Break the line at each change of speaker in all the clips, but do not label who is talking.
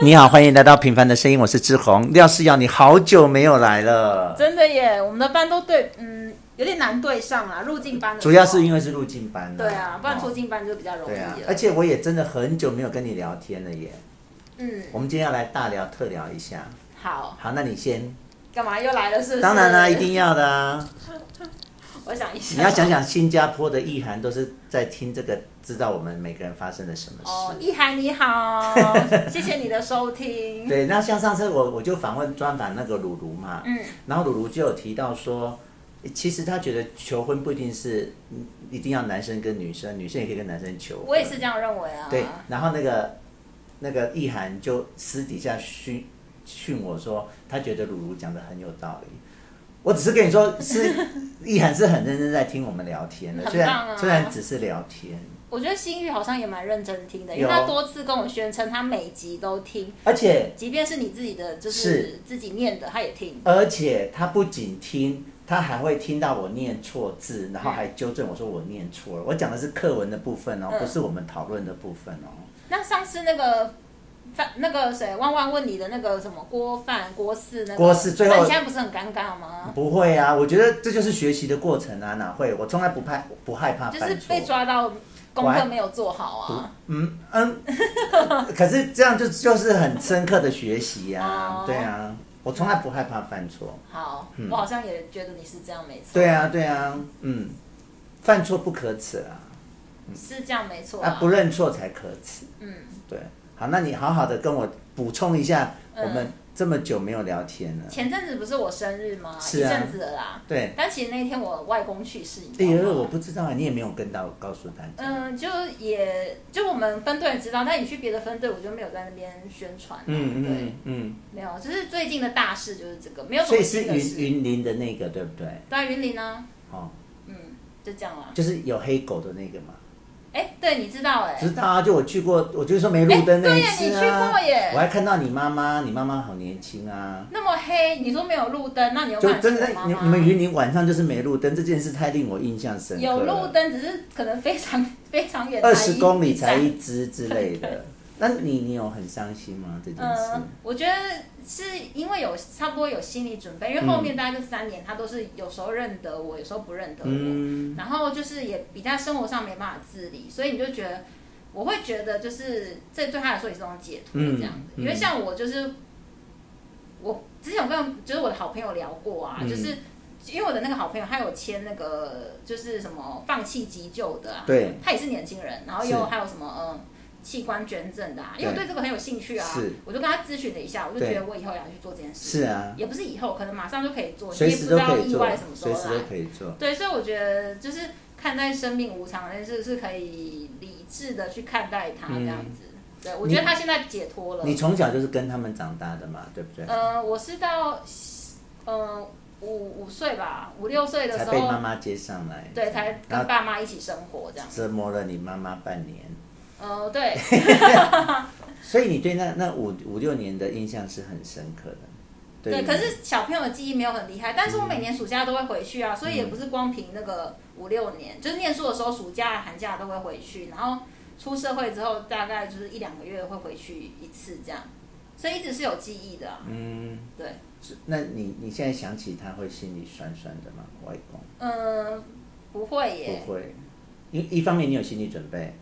你好，欢迎来到《平凡的声音》，我是志宏。廖世瑶，你好久没有来了，
真的耶，我们的班都对，嗯，有点难对上啦。入境班的时
主
候
要是因为是入境班、
对啊，不然出
哦
境班就比较容易
对啊
了。，
而且我也真的很久没有跟你聊天了耶。
嗯，
我们今天要来大聊特聊一下。
好，
好，那你先，
干嘛又来了？是不是？
当然啦、一。定要的啊。
我想一下，
你要想想新加坡的意涵，都是在听这个，知道我们每个人发生了什么事。
哦，一涵你好，谢谢你的收听。
对，那像上次我我就访问专访那个鲁鲁嘛，
嗯，
然后鲁鲁就有提到说，诶其实他觉得求婚不一定是嗯一定要男生跟女生，女生也可以跟男生求婚。
我也是这样认为啊。
对，然后那个那个意涵就私底下训训我说，他觉得鲁鲁讲的很有道理。我只是跟你说， 是意涵是很认真在听我们聊天的，
很
虽然、
棒啊
虽然只是聊天，
我觉得心玉好像也蛮认真听的，因
有
为他多次跟我宣称他每集都听，
而且
即便是你自己的，就是是自己念的，他也听。
而且他不仅听，他还会听到我念错字，然后还纠正我说我念错了。我讲的是课文的部分哦，
嗯
不是我们讨论的部分哦。
那上次那个范那个谁万万问你的那个什么郭范郭四那个
郭四最后
那你现在不是很尴尬吗？
不会啊，我觉得这就是学习的过程啊，哪会？我从来不怕不害怕
就是
犯啊错
被。抓到功课没有做好
不
啊。
嗯嗯，可是这样就就是很深刻的学习啊
哦，
对啊，我从来不害怕犯错，
好，
嗯
我好像也觉得你是这样没错。
对啊对啊，嗯，犯错不可耻啊，
是这样没错
啊不认错才可耻。
嗯，
对，好，那你好好的跟我补充一下，
嗯
我们这么久没有聊天了，
前阵子不是我生日吗？
是啊
一阵子了啦。
对，
但其实那天我外公去世，
哎
你知
呦，
道
我
吗？
不知道啊，你也没有跟到告诉大家，
嗯，就也就我们分队知道，但你去别的分队，我就没有在那边宣传、啊。
嗯
对
嗯，嗯
没有，就是最近的大事就是这个，没有
嗯，
什
所
么
以是
新的
云
事。
云林的那个对不对？
对啊，云林呢、
哦，
嗯，就这样啦。
就是有黑狗的那个嘛，
哎、对，你知道哎、
知道啊，就我去过，我就说没路灯那一次
哎对呀
啊
你去过耶，
我还看到你妈妈，你妈妈好年轻啊。
那么黑，你说没有路灯，那你有
就
看
真的
我，妈
你
妈
你们云林晚上就是没路灯这件事太令我印象深刻
有路
了。
灯，只是可能非常 非常远，
二十公里才
才一
一只之类的。那你你有很伤心吗？这件事？
嗯，我觉得是因为有差不多有心理准备，因为后面大概这三年，他都是有时候认得我，有时候不认得我，
嗯，
然后就是也比较生活上没办法自理，所以你就觉得，我会觉得就是这对他来说也是一种解脱
嗯
这样子，
嗯
因为像我就是我之前有跟就是我的好朋友聊过啊，
嗯
就是因为我的那个好朋友他有签那个就是什么放弃急救的、啊，
对，
他也是年轻人，然后
是
又还有什么嗯。器官捐赠的、啊，因为我
对
对这个很有兴趣啊
是，
我就跟他咨询了一下，我就
对
觉得我以后也要去做这件事，
是啊，
也不是以后，可能马上就可以做，
随
你也不
时
知
都
道
可以
意
做
外什么，时
随
候来。
时都可以做。
对，所以我觉得就是看待生命无常这件事是可以理智的去看待它这样子。对，我觉得他现在解脱了
嗯你。从小就是跟他们长大的嘛，对不对？
呃，我是到呃五五岁吧，五六岁的
才
时
被妈
候，
妈接上来，
对，才
然
跟
后
爸妈一起生活这样。
折磨了你妈妈半年，
呃，对，
所以你对那那五五六年的印象是很深刻的。
对，嗯
于
可是小朋友的记忆没有很厉害，但是我每年暑假都会回去啊，所以也不是光凭那个五六年，就是念书的时候，暑假、寒假都会回去，然后出社会之后，大概就是一两个月会回去一次这样，所以一直是有记忆的、啊。
嗯，
对，
是那你你现在想起他会心里酸酸的吗？外公
嗯，不会耶。
不会，因一方面你有心理准备，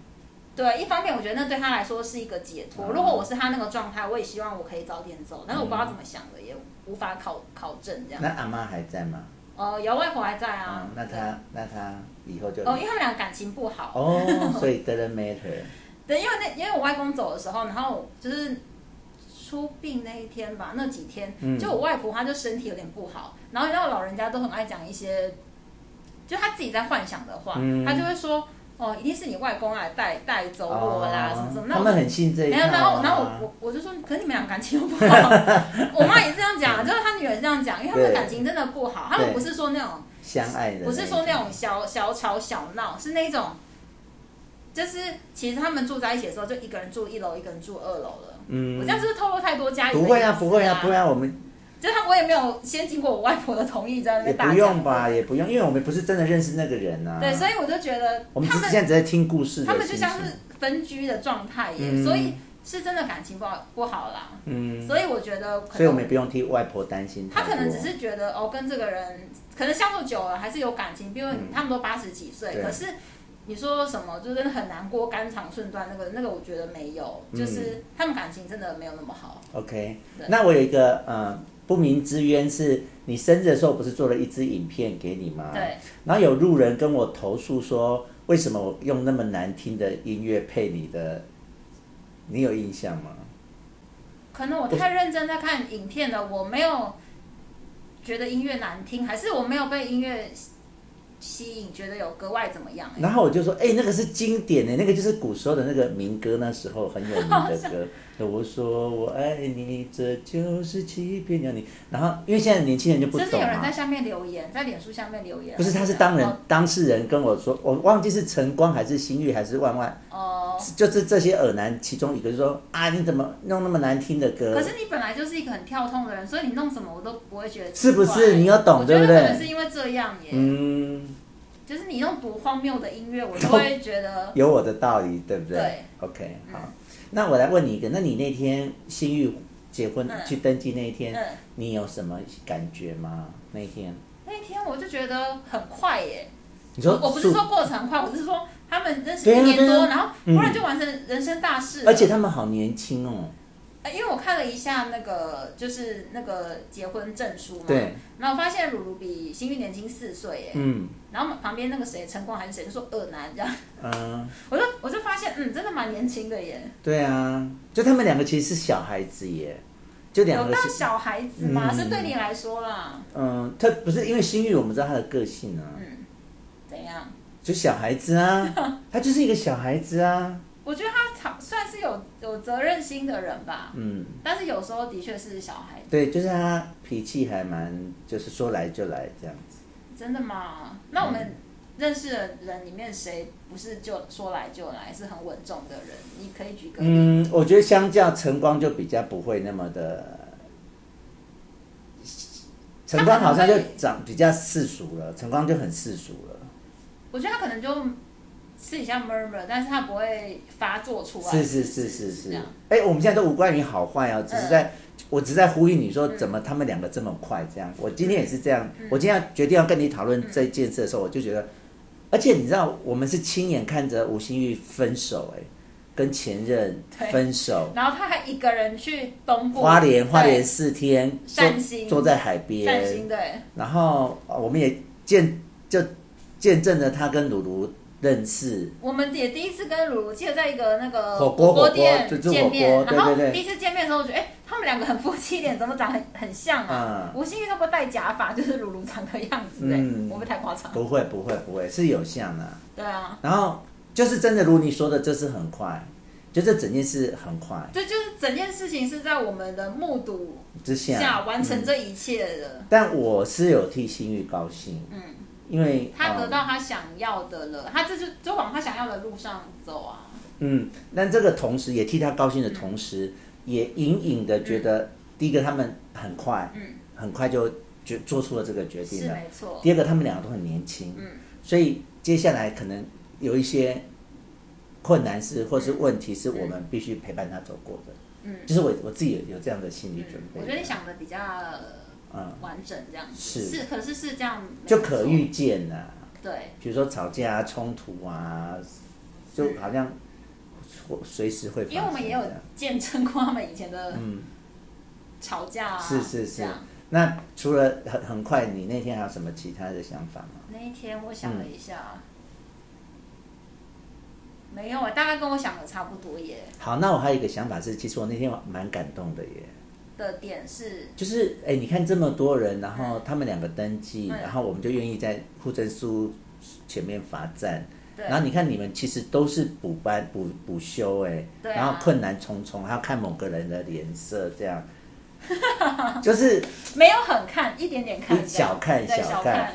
对，一方面我觉得那对他来说是一个解脱。如果我是他那个状态，我也希望我可以早点走，但是我不知道怎么想的，也无法考考证这样。
那阿妈还在吗？
哦，姚外婆还在啊
嗯，。那他那他以后就
哦，因为他们俩感情不好。
哦，所以 doesn't matter。
对，因为那因为我外公走的时候，然后就是出殡那一天吧，那几天，
嗯
就我外婆她就身体有点不好，然后你知道老人家都很爱讲一些，就她自己在幻想的话，
嗯
她就会说，哦，一定是你外公来带带走我啦，什么什么，那
哦他
我
们很信这一
没
套、
有，
啊。
然后然后我我我就说，可是你们俩感情又不 好。我妈也是这样讲，啊就是她女儿是这样讲，因为他们的
对
感情真的不好，他们
对
不是说那种
相爱的，
不是说那种小小吵小闹，是那种，就是其实他们住在一起的时候，就一个人住一楼，一个人住二楼了。
嗯，
我这样是不是透露太多家里的
不会啊，
隐私
不会啊，不会啊，我们
就是他我也没有先经过我外婆的同意在那
也
边大
不
讲
用吧，也不用，因为我们不是真的认识那个人啊。
对，所以我就觉得
我们
他
只是
们
现在只在听故事的
他们
心
就
情
像是分居的状态耶，
嗯
所以是真的感情不好不好啦。
嗯，
所以我觉得可
所以我们
能
也不用替外婆担心太
他
多。
可能只是觉得哦，跟这个人可能相处久了还是有感情，因为
嗯
他们都八十几岁，
对
可是。你说什么？就真的很难过，肝肠寸断那个那个，我觉得没有，
嗯
就是他们感情真的没有那么好。
OK，
对
那我有一个呃不明之冤是，你生日的时候不是做了一支影片给你吗？。
对，
然后有路人跟我投诉说，为什么我用那么难听的音乐配你的？你有印象
哎
吗？
可能我太认真在看影片了，我没有觉得音乐难听，还是我没有被音乐吸引，觉得有格外怎么样、欸？
然后我就说，哎、那个是经典的，那个就是古时候的那个民歌，那时候很有名的歌。 我说我爱你，这就是欺骗了你。然后因为现在年轻人就不
甚至
懂
有人
嘛
在，啊下面留言，在脸书下面留言。哦
不是他是当人当事人跟我说，我忘记是晨光还是新玉还是万万，
哦、
就是这些耳男其中一个就说啊，你怎么弄那么难听的歌
可？是你本来就是一个很跳痛的人，所以你弄什么我都不会觉得奇
是
怪。
不是你有懂
我觉得
对不对
可能是因为这样耶，
嗯，
就是你弄多荒谬的音乐，我就会觉得
有我的道理，对不对？
对
OK，好，那我来问你一个，那你那天新玉结婚、
嗯
去登记那一天，
嗯。
你有什么感觉吗？那一天，
那哎天啊我就觉得很快耶，
你说
我不是
素
说过程很快，我是说他们认识
对
一
啊
年
对
多，
啊嗯
然后忽然就完成人生大事了、
而且他们好年轻哦，
呃因为我看了一下那个就是那个结婚证书嘛，
对，
然后发现鲁鲁比新玉年轻四岁耶，
嗯
然后旁边那个谁陈光还是谁就说二男这样，
嗯、呃
我就我就发现嗯真的蛮年轻的耶，
对啊，就他们两个其实是小孩子耶，就两
有
个
到
是
小孩子嘛，
嗯
是对你来说啦，
嗯，他不是因为新玉，我们知道他的个性啊，
嗯，怎样？
就小孩子 啊，他就是一个小孩子啊，
我觉得他他算是有有责任心的人吧，
嗯。
但是有时候的确是小孩子，
对，就是他脾气还蛮，就是说来就来这样子。
真的吗？那我们认识的人里面谁不是就说来就来，是很稳重的人？你可以举个例
嗯，
子
我觉得相较晨光就比较不会那么的，晨光好像就长比较世俗了，晨光就很世俗了。
我觉得他可能就私底下 murmur，但是他不会发作出来。
是是是是是
啊这样。嗯
哎、我们现在都无关于好坏哦，只是在，我只是在呼吁你说，怎么他们两个这么快这样？我今天也是这样，
嗯
我今天要决定要跟你讨论这件事的时候，我就觉得，而且你知道，我们是亲眼看着吴欣玉分手、哎，跟前任
对
分手，
然后他还一个人去东部
花莲花莲
对
四天，坐
散心
坐在海
散心
边，
对，
然后呃我们也见就见证了他跟鲁鲁认识，
我们也第一次跟鲁鲁记得在一个那个
火锅火锅
店
自助火
见
锅
面，
对
然后
对对
第一次见面的时候，我觉得哎、他们两个很夫妻脸，怎么长很很像啊？
嗯
吴欣玉都不戴假发，就是鲁鲁长的样子哎、
嗯
我们太夸张。
不会不会不会是有像啊。
对啊，
然后就是真的，如你说的，这是很快，就这整件事很快
这就是整件事情是在我们的目睹
之下
下完成
嗯
这一切的。
但我是有替心玉高兴，
嗯
因为
他得
呃
到他想要的了，他这就就往他想要的路上走啊。
嗯，但这个同时也替他高兴的同时，也隐隐的觉得，第一个他们很快，
嗯，
很快就决做出了这个决定
是
了；
没错。
第二个他们两个都很年轻，
嗯
所以接下来可能有一些困难是或是问题是我们必须陪伴他走过的。
嗯，
就是我我自己有有这样的心理
嗯
准备，
我觉得你想的比较
嗯。
完整，这样子
是
是，可是是这样没
就
错
可预见呐、
对，
比如说吵架啊、冲突啊，就好像会随时会发生。
因为我们也有
这样
见证过他们以前的
嗯，
吵架啊，
是是是
这样
那除了很很快，你那天还有什么其他的想法吗？
那一天我想了一
嗯
下，没有啊，大概跟我想的差不多耶。
好，那我还有一个想法是，其实我那天蛮感动的耶，
的点是，
就是哎，你看这么多人，然后他们两个登记，
嗯
然后我们就愿意在户政书前面罚站，
对
然后你看你们其实都是补班补补休哎，
对啊
然后困难重重，还要看某个人的脸色这样，就是
没有很看，一点点看这样，
小看
对
小
小
看，啊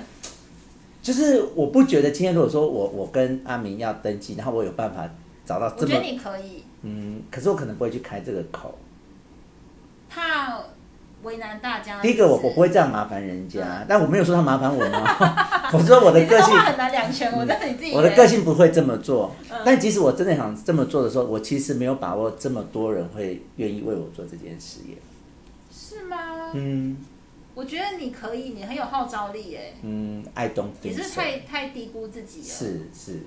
就是我不觉得今天如果说我我跟阿明要登记，然后我有办法找到
我
这
觉得
么
你可以，
嗯，可是我可能不会去开这个口，
怕为难大家。
第一个我我不
会，
会这样麻烦人家，但我没有说他麻烦我 吗？我说我的
啊你这
个
个
性嗯
话，很难两全，我真的你嗯自己。
我的个，性不会这么做。但即使我真的想这么做的时候，我其实没有把握这么多人会愿意为我做这件事业。
是吗？
嗯
我觉得你可以，你很有号召力耶，
嗯，I don't
也
think
是
so。
太太低估自己了。
是是，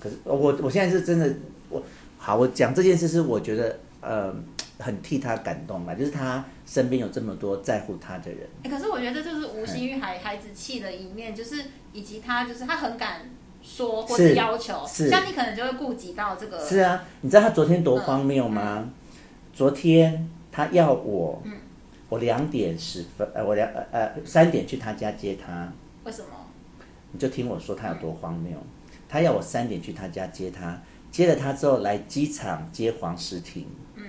可是哦我我现在是真的，我好，我讲这件事是我觉得呃很替他感动吧，就是他身边有这么多在乎他的人，
欸可是我觉得这就是吴心玉孩孩子气的一面，就是以及他就是他很敢说或
是
是要求，
是
像你可能就会顾及到这个嗯
是啊，你知道他昨天多荒谬吗？昨天他要我，我两点十分，呃，我两呃呃三点去他家接他，
为什么？
你就听我说他有多荒谬。他要我三点去他家接他，接了他之后来机场接黄诗婷，嗯，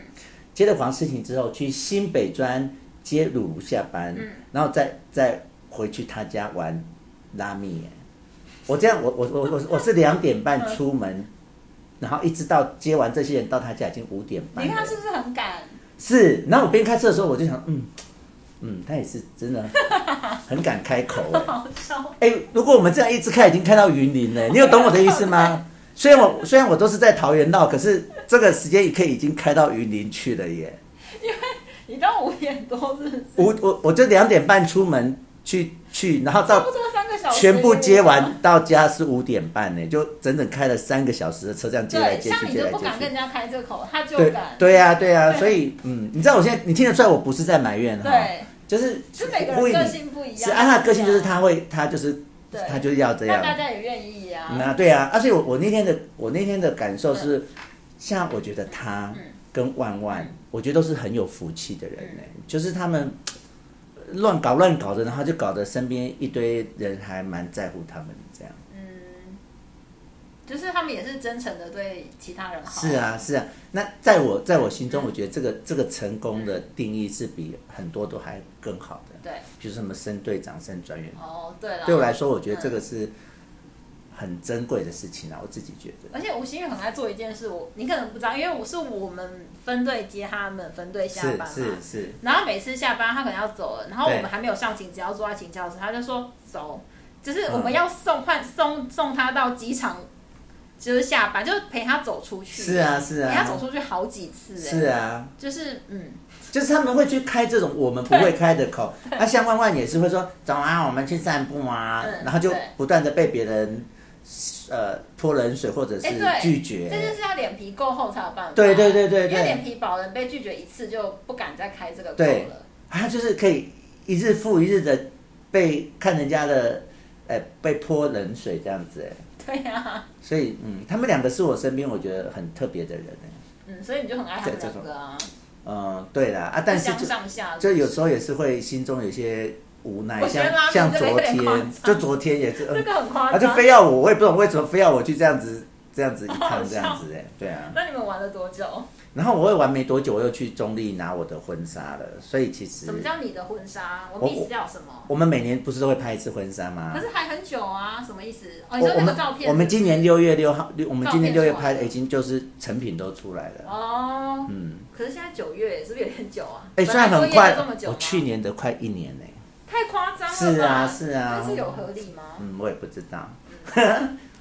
接了黄诗婷之后去新北专接鲁鲁下班，嗯，然后再再回去他家玩拉面。我这样，我我我我我是两点半出
嗯
门，然后一直到接完这些人到他家已经五点半
你
了
看他。是不是很敢？
是，然后我边开车的时候我就想，嗯嗯，他也是真的很 敢开口哎、
好笑，
哎、如果我们这样一直看，已经看到云林 了，你有懂我的意思吗？虽然我虽然我都是在桃园闹，可是这个时间也可以已经开到云林去了耶。
你到五点多是不是？
我我我就两点半出门去去，然后
差
到
不多三个小时，
全部接完。到家是五点半呢，就整整开了三个小时的车，这样接来
对，
接
像
去，
你
接
就
来
不
接
敢跟人
去。
家开这口，他就
对
敢。
对呀、对呀、
对
所以嗯，你知道我现在你听得出来我不是在埋怨哈，
对，
就是
就每个
呼
人
吁
个
你
性不一样。啊
是按他的个性就是，他会他就是
对
他就是要这
那
样，
大家也愿意呀。
那对啊，而且我我那天的我那天的感受
嗯
是，像我觉得他跟万万，我觉得都是很有福气的人呢、
嗯
就是他们呃乱搞乱搞的，然后就搞得身边一堆人还蛮在乎他们这样。
嗯，就是他们也是真诚的对其他人好。嗯
是，啊，是啊。那在我在我心中，我觉得这个这个成功的定义是比很多都还更好的，
对。
比如说什么升队长、升专员，
哦，对嗯了，
对我来说，我觉得这个是很珍贵的事情啊，我自己觉得。
而且吴新玉很爱做一件事，我你可能不知道，因为我是我们分队接他们分队下班嘛。
是是是，
然后每次下班他可能要走了，然后我们
对
还没有上请，只要坐在请教室，他就说走，就是我
嗯
们要送换送送他到机场，就是下班，就是陪他走出去。
是啊是啊
陪他走出去好几次、欸。
是啊。
就是嗯，
就是他们会去开这种我们不会开的口，那像万万也是会说走啊，我们去散步啊，
嗯
然后就
对
不断的被别人呃泼冷水或者是
哎对
拒绝，
这就是要脸皮够厚才有办法。
对对对对对
因为脸皮薄的人被拒绝一次就不敢再开这个口
对
了。
他啊就是可以一日复一日的被看人家的，呃，被泼冷水这样子，哎
对啊呀、
所以嗯，他们两个是我身边我觉得很特别的人，哎
嗯，所以你就很爱他们
对这
两个啊，
嗯，对啦啊，但是
不
就
相上下
就有时候也是会心中有些无奈，
我觉
像
得他们
像
这个
昨
有点
天
夸张，
就昨天也是，嗯
这个很夸
他就
张。
非要我，我也不懂为什么非要我去这样子这样子一趟这样子哎、对啊。
那你们玩了多久？
然后我也玩没多久，我又去中立拿我的婚纱了，所以其实
什么叫你的婚纱？我
我
们意思叫什么？
我们每年不是都会拍一次婚纱吗
可？是还很久啊，什么意思？哦，你
我
说
我
那个
们
照片
我们今年六月六号，六我们今年
照
六
片
月
出来
拍的
了
已经就是成品都出来了。
哦，
嗯，
可是现在九月是不是有点久啊？
哎、
本
虽然
来
很
作业
快
就这么，久
我
吗
去年的快一年呢、
太夸张了吧，
是啊是啊
但是有合理吗？
嗯，我也不知道，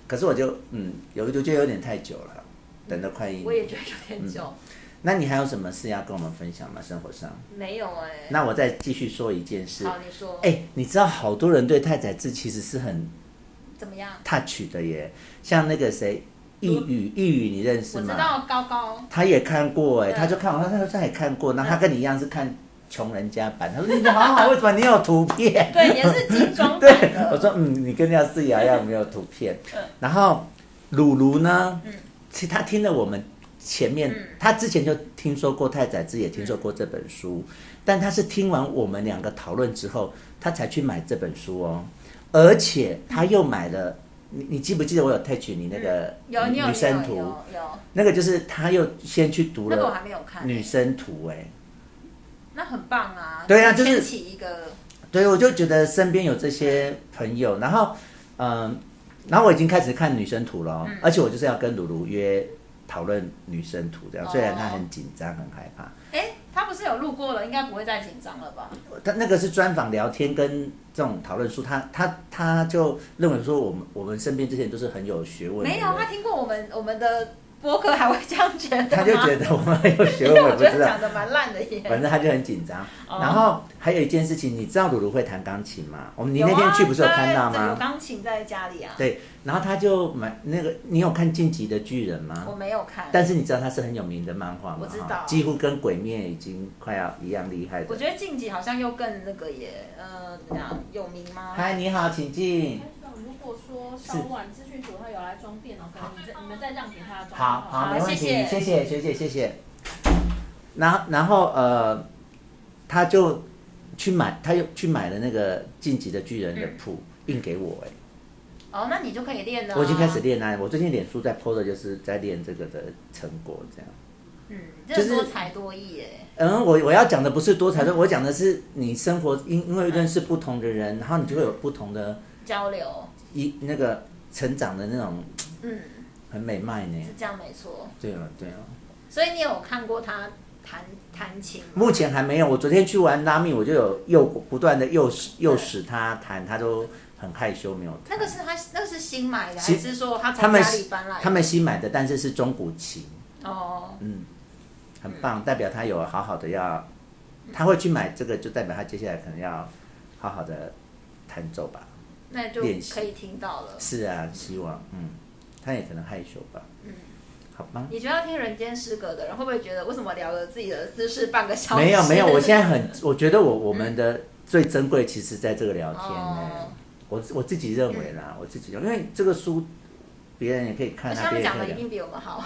可是我就嗯，有我觉得有点太久了，等了快一
我
年。
也觉得有
嗯
点久，
那你还有什么事要跟我们分享吗？生活上？
没有哎。
那我再继续说一件事。
好，你说，
哎、你知道好多人对太宰治其实是很
怎么样？
touch 的耶，像那个谁，易宇，易宇你认识
我知
吗？
道高高，
他也看过哎，
对
他就看完，他说他也看过，然后
嗯
他跟你一样是看穷人家版，他说你好好，为什么你有图片？
对，也是精 装
对
版，
我
的，
说嗯，你跟廖思雅一样没有图片。
嗯
然后鲁鲁呢，其实他听了我们前面，
嗯
他之前就听说过太宰治，也听说过这本书，
嗯
但他是听完我们两个讨论之后，他才去买这本书哦，而且他又买了。你你记不记得我有 t 取你那个
嗯有你有
女
你有
生图？
有有，
那个就是他又先去读
那个我
了
还没有看，
女生图、哎，
那很棒啊，
对啊就是
牵起一个
对，我就觉得身边有这些朋友，然后，嗯，然后我已经开始看女生图了
嗯
哦，而且我就是要跟鲁鲁约讨论女生图这样，
哦
虽然他很紧张很害怕，
哎，他不不是有录过了，应该不会再紧张了吧？
他那个是专访聊天跟这种讨论书，他他他就认为说我们我们身边这些人都是很有学问的人，
没有，他听过我们我们的播客，还会这样觉得吗？
他就觉得我们很有学
因
问，我
为 我
也不
觉
知
得
道，
讲的蛮烂的耶。
反正他就很紧张。
哦
然后还有一件事情，你知道鲁鲁会弹钢琴吗？我们你
有
那天
啊
去不是有看到
在有
吗？
钢琴在家里啊，
对，然后他就买那个，你有看《晋级的巨人》吗？
我没有看。
但是你知道它是很有名的漫画吗？
我知道
哈几乎跟《鬼灭》已经快要一样厉害
我
的。
觉得晋级好像又更那个耶，呃，怎么样有名吗？
嗨，你好，请进。
如果说稍晚资讯组他有来装电脑，可能你再你们再让给他装就
好好，
好
没问题，
谢
谢
谢
谢学姐，谢谢。然然后呃，他就去买，他又去买了那个《晋级的巨人》
嗯
的谱，印给我哎、
哦，那你就可以练了。
我已经开始。练啊啦。我最近脸书在 PO 的就是在练这个的成果，这样。
嗯，
就
这
是
多才多艺耶。
嗯，我我要讲的不是多才多，我讲的是你生活因因为认识不同的人，然后你就会有不同的
交流，
一那个成长的那种
嗯，
很美迈呢。
是这样没错。
对哦，对哦。
所以你有看过他弹弹琴吗？
目前还没有，我昨天去玩拉密，我就有诱不断的诱使诱使他弹，他都很害羞，没有弹。
那个是他那个是新买的，还
新
是说他
他
从
们
家里搬来的？
他们新买的，但是是中古琴，
哦，
嗯，很棒，代表他有好好的要，
嗯
他会去买这个，就代表他接下来可能要好好的弹奏吧。
那就
练习
可以听到了。
是啊，希望，嗯，他也可能害羞吧，
嗯，
好吧。
你觉得听《人间失格》的人会不会觉得，为什么聊了自己的私事半个小时？
没有没有，我现在很，我觉得我我们的最珍贵，其实在这个聊天呢、
哦嗯
我我自己认为啦，我自己认为因为这个书别人也可以看
而且
啊，
他
别
们
人
讲
也可以
的一
聊。
定比我们好，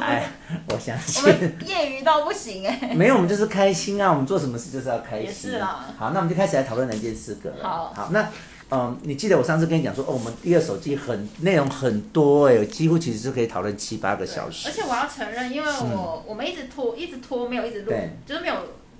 哎，我相
我
信
们业余到不行哎、
没有，我们就是开心啊，我们做什么事就是要开心。
也是啦
好，那我们就开始来讨论人间失格了。
好
好，那嗯，你记得我上次跟你讲说，哦，我们第二手机很内容很多哎、几乎其实是可以讨论七八个 小时
而。且我要承认，因为我、我们一直拖，一直拖，没有一直录
对，
就是没有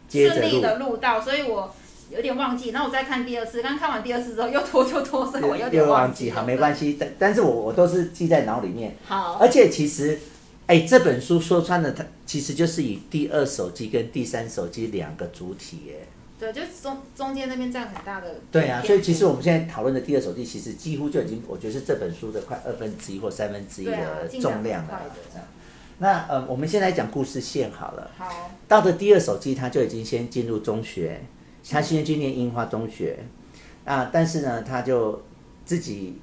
接着
顺利
录
的录到，所以我有点忘记。然后我再看第二次，刚看完第二次之后又拖又拖，所以我有点
又忘
记
记，
了。
好，没关
系。
系，但但是我我都是记在脑里面。
好，
而且其实，哎，这本书说穿了，它其实就是以第二手机跟第三手机两个主体耶。
对，就是中中间那边占很大的。
对啊，所以其实我们现在讨论的第二手机，其实几乎就已经，我觉得是这本书的快二分之一或三分之一
对啊
的
进展
重量了
很快的。
这样那呃，我们先来讲故事线好了。
好，
到的第二手机，他就已经先进入中学，他先去念樱花中学啊，但是呢，他就自己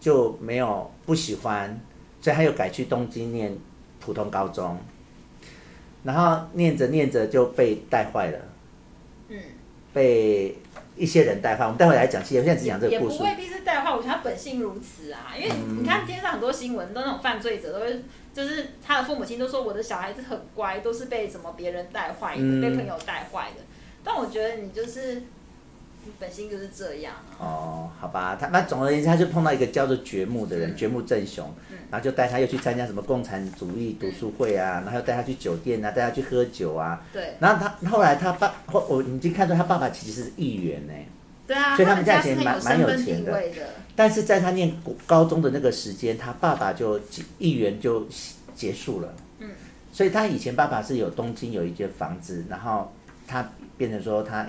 就没有不喜欢，所以他又改去东京念普通高中，然后念着念着就被带坏了，
嗯，
被一些人带坏。我们待会来讲，其实我现在只讲这个
也
故
不
事。嗯
未必是带话，我觉得他本性如此啊。因为你看天上很多新闻，都那种犯罪者都会，就是他的父母亲都说我的小孩子很乖，都是被什么别人带坏的，
嗯
被朋友带坏的。但我觉得你就是你本性就是这样啊。
哦，好吧，他那总而言之，他就碰到一个叫做掘墓的人，掘墓正雄，然后就带他又去参加什么共产主义读书会啊，然后又带他去酒店啊，带他去喝酒啊，
对
然后他后来他爸，后我已经看出他爸爸其实是议员呢，
对啊，
所以他们
们
家
家
以前
是很
蛮
身
蛮有
份
钱
地
的
位的。
但是在他念国高中的那个时间，他爸爸就议员就结束了，
嗯，
所以他以前爸爸是有东京有一间房子，然后他变成说他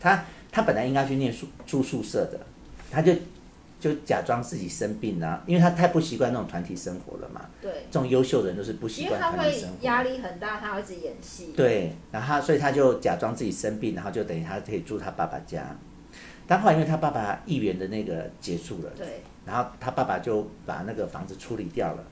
他他本来应该去念宿住宿舍的，他就就假装自己生病啊，因为他太不习惯那种团体生活了嘛，
对，
这种优秀的人都是不习
因为
惯
他
团体
会
生活，
压力很大，他会一直演戏。，
对，然后他所以他就假装自己生病，然后就等于他可以住他爸爸家。但后来因为他爸爸议员的那个结束了，
对，
然后他爸爸就把那个房子处理掉了，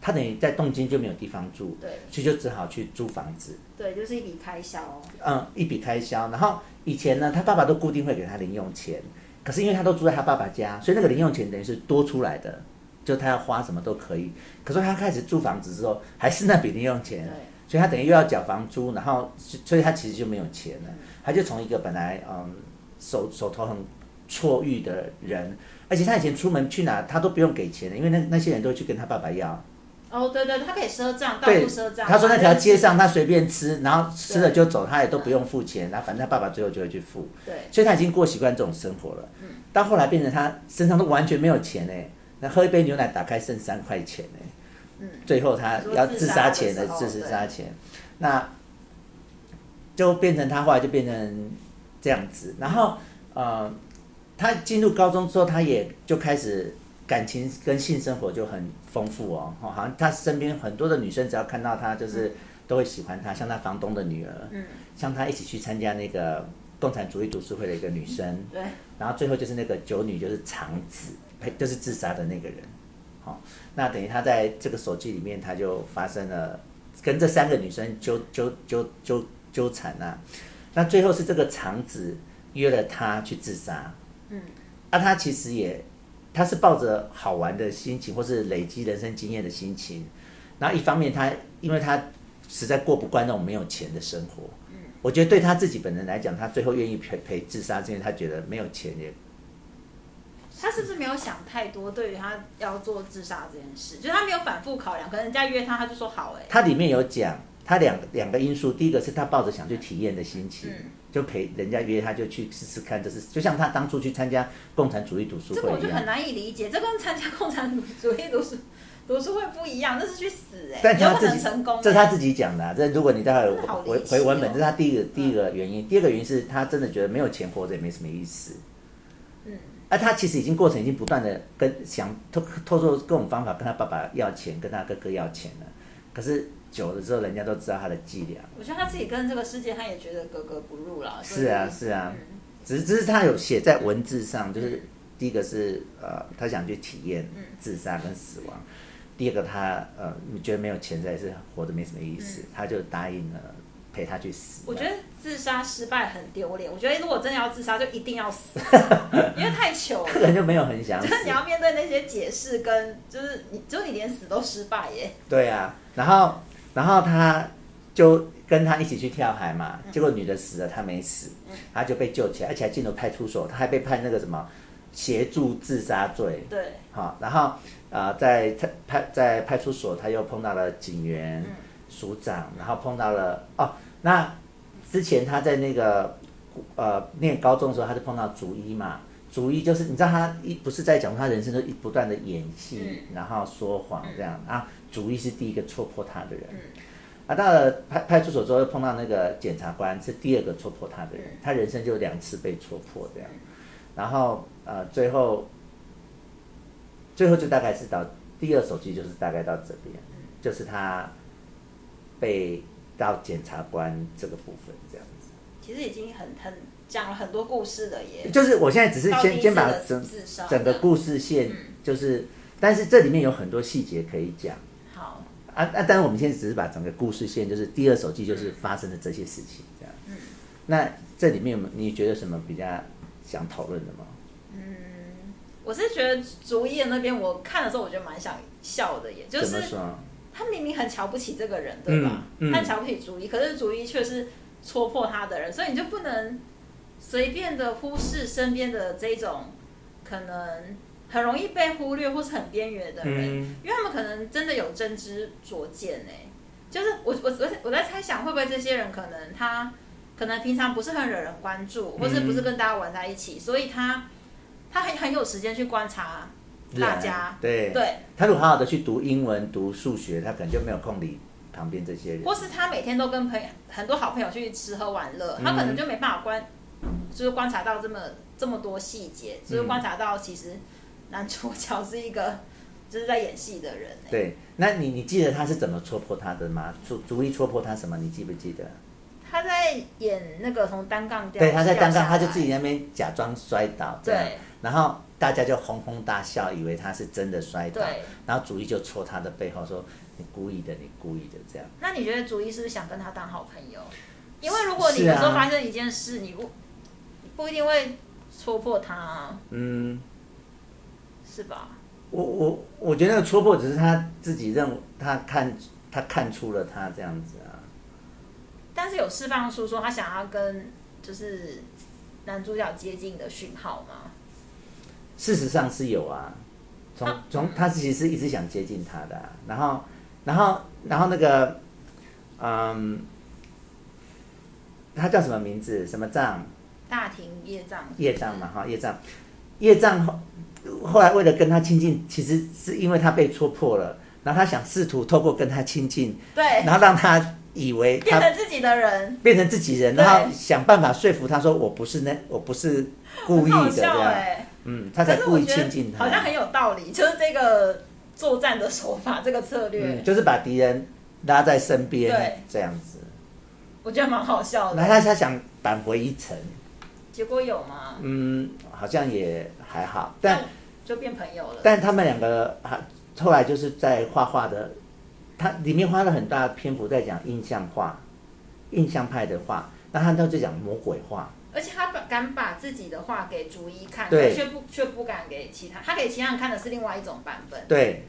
他等于在东京就没有地方住，
对，
所以就只好去租房子，
对，就是一笔开销。
嗯，一笔开销。然后以前呢，他爸爸都固定会给他零用钱，可是因为他都住在他爸爸家，所以那个零用钱等于是多出来的，就他要花什么都可以。可是他开始租房子之后，还是那笔零用钱啊
对，，
所以他等于又要缴房租，然后所以他其实就没有钱了，他就从一个本来嗯手手头很绰裕的人，而且他以前出门去哪他都不用给钱的，因为那那些人都会去跟他爸爸要。
哦，对对，他可以赊账，到
对
处赊，账。
他说那条街上
他
他随便吃，然后吃了就走，他也都不用付钱，然后反正他爸爸最后就会去付，
对，
所以他已经过习惯这种生活了。到后来变成他身上都完全没有钱哎，那喝一杯牛奶打开剩三块钱哎，
嗯
最后他
你说
要
自
自
杀
杀
的
钱的
时候
自
对
杀钱，那就变成他后来就变成这样子。然后呃，他进入高中之后，他也就开始感情跟性生活就很丰富哦，哦好像他身边很多的女生只要看到他就是都会喜欢他，像他房东的女儿，
嗯，
像他一起去参加那个共产主义读书会的一个女生，
对，
然后最后就是那个九女，就是长子，呸就是自杀的那个人。好、那等于他在这个手机里面，他就发生了跟这三个女生纠纠纠纠纠缠啊。那最后是这个长子约了他去自杀。
嗯，
那、他其实也，他是抱着好玩的心情，或是累积人生经验的心情。然后一方面他，因为他实在过不惯那种没有钱的生活。我觉得对他自己本人来讲，他最后愿意陪陪自杀，是因为他觉得没有钱也
他是不是没有想太多？对于他要做自杀这件事，就是他没有反复考量，可能人家约他，他就说好哎、
它里面有讲，它两两个因素，第一个是他抱着想去体验的心情，
嗯
就陪人家约他就去试试看，就是就像他当初去参加共产主义读书
这个我
会
就
一
很
样。
难以理解，这跟参加共产主义读书读书会不一样，那是去死哎、
但
有
他
可
自
能
己
成功、欸，
这是他自己讲的啊、这如果你待会
真的好
回
离奇
回文本，
哦
这是他第一个第一个原因。第二个原因是他真的觉得没有钱活着也没什么意思。
嗯，
啊，他其实已经过程已经不断的跟想透透过各种方法跟他爸爸要钱，跟他哥哥要钱了。可是久了之后，人家都知道他的伎俩。
我觉得他自己跟这个世界，他也觉得格格不入了。所以
是啊，是啊。
嗯
只是只是他有写在文字上，就是第一个是呃，他想去体验
嗯
自杀跟死亡；第二个他呃，觉得没有钱实在是活着没什么意思，他就答应了陪他去死。
嗯我觉得自杀失败很丢脸。我觉得如果真的要自杀，就一定 要死，因为太糗
他可
了。
能就没有很想
就
死，
是你要面对那些解释跟，就是你，就你连死都失败耶。
对啊。然后然后他就跟他一起去跳海嘛，结果女的死了，他没死，他就被救起来，而且还进了派出所，他还被判那个什么协助自杀罪。
对，
好，然后呃，在派派在派出所，他又碰到了警员、署长，然后碰到了哦，那之前他在那个呃念高中的时候，他就碰到竹一嘛，竹一就是你知道他一不是在讲他人生就一不断的演戏，然后说谎这样啊，竹一是第一个戳破他的人。啊，到了派派出所之后，又碰到那个检察官，是第二个戳破他的人，他人生就两次被戳破这样，然后呃，最后最后就大概是到第二手机，就是大概到这边，就是他被到检察官这个部分这样子。
其实已经很很讲了很多故事了耶。
就是我现在只是
到第一
先
次
先把
的
整
自嗯杀
整个故事线，就是，但是这里面有很多细节可以讲
好，
啊啊！当然我们现在只是把整个故事线，就是第二手机就是发生的这些事情这样。
嗯
那这里面有没有你觉得什么比较想讨论的吗？
我是觉得竹叶那边，我看的时候我觉得蛮想笑的耶，就
怎
是
么说？
他明明很瞧不起这个人，对吧？
嗯嗯
他很瞧不起竹一，可是竹一却是戳破他的人，所以你就不能随便的忽视身边的这种可能很容易被忽略或是很边缘的人，
嗯，
因为他们可能真的有真知灼见呢、就是我我我我在猜想，会不会这些人可能他可能平常不是很惹人关注，或是不是跟大家玩在一起，所以他他很很有时间去观察大家，
对
对，
他如果好好的去读英文、读数学，他可能就没有空理旁边这些人。
或是他每天都跟朋友很多好朋友去吃喝玩乐，他可能就没办法观，就是观察到这么这么多细节，就是观察到其实男主角是一个就是在演戏的人、欸。
对，那你你记得他是怎么戳破他的吗？逐逐一戳破他什么？你记不记得？
他在演那个从单杠掉，
对，他在单
掉
杠，
下来
他就自己在那边假装摔倒，这样
对，
然后大家就哄哄大笑，以为他是真的摔倒
对，
然后主意就戳他的背后说：“你故意的，你故意的。”这样，
那你觉得主一是不是想跟他当好朋友？因为如果你
是啊
有时候发生一件事，你不不一定会戳破他、啊，
嗯，
是吧？
我我我觉得那个戳破只是他自己认为他看他看出了他这样子啊，
但是有释放出说他想要跟就是男主角接近的讯号吗？
事实上是有啊，从从他其实是一直想接近他的啊、然后然后然后那个，嗯，他叫什么名字？什么藏？
大庭业障，
业障嘛，哈，业障，业障后后来为了跟他亲近，其实是因为他被戳破了，然后他想试图透过跟他亲近，
对
然后让他以为
变
他
成自己的人，
变成自己人，
对
然后想办法说服他说我不是那我不是故意
很好
的这
笑
样，
哎、
嗯，他才
可是
故
我
意
觉
亲
得
近他
好，像很有道理，就是这个作战的手法，这个策略，
嗯，就是把敌人拉在身
对
边这样子，
我觉得蛮好笑
那
的。
他他想扳回一城，
结果有吗？
嗯，好像也还好，但
就变朋友了。
但他们两个还后来就是在画画的，他里面花了很大的篇幅在讲印象画，印象派的画，那他都在讲魔鬼画，
而且他把敢把自己的话给逐一看，
对
可却不却不敢给其他，他给其他人看的是另外一种版本。
对，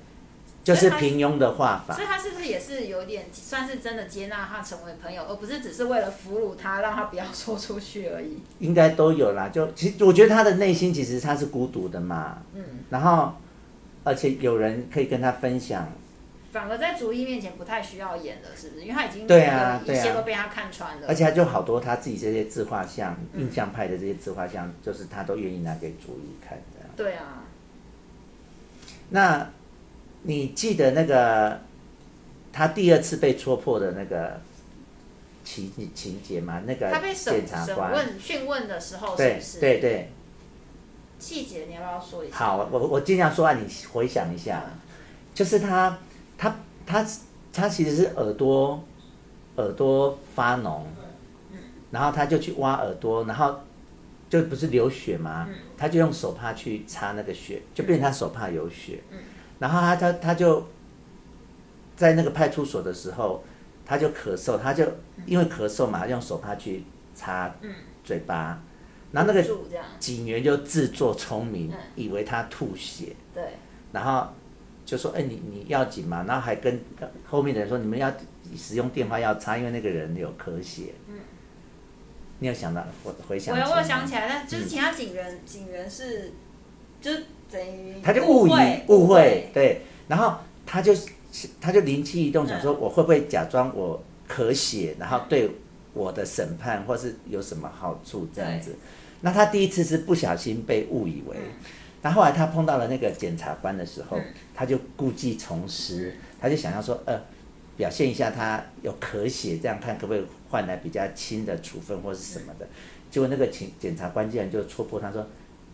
就是
所以他
平庸的画法
所，以他是不是也是有点算是真的接纳他成为朋友，而不是只是为了俘虏他，让他不要说出去而已？
应该都有啦。就其实我觉得他的内心其实他是孤独的嘛，
嗯，
然后而且有人可以跟他分享，
反而在逐一面前不太需要演了，是不是？因为他已经
对啊
那个
对
一
啊
切都被他看穿了，
而且他就好多他自己这些自画像、
嗯
印象派的这些自画像，就是他都愿意拿给主意看这样。
对啊，
那你记得那个他第二次被戳破的那个情情节吗？那个
他被审
检察
审
官，
问讯问的时候，是
对
不是？
对对，
细节你要不要说一下？嗯
好，我我尽量说啊让你回想一下，就是他他他他其实是耳朵耳朵发脓，然后他就去挖耳朵，然后就不是流血嘛，他就用手帕去擦那个血，就变成他手帕有血，然后他他他就在那个派出所的时候，他就咳嗽，他就因为咳嗽嘛，用手帕去擦嘴巴，然后那个
住这样，
警员就自作聪明
嗯，
以为他吐血，
对，
然后就说：“哎、你你要紧吗？”然后还跟后面的人说：“你们要使用电话要擦，因为那个人有咳血。”你有想到我回想嗯
嗯
起
我有
吗？
我有想起来，但就是其他警员，警员是就是等于
他就误以
会
误会，对，然后他就他就灵机一动，想说我会不会假装我咳血，然后对我的审判或是有什么好处这样子。那他第一次是不小心被误以为，然后后来他碰到了那个检察官的时候，他就故技重施，他就想要说呃。表现一下他有咳血，这样看可不可以换来比较轻的处分或是什么的？结果那个检检察官竟然就戳破他说：“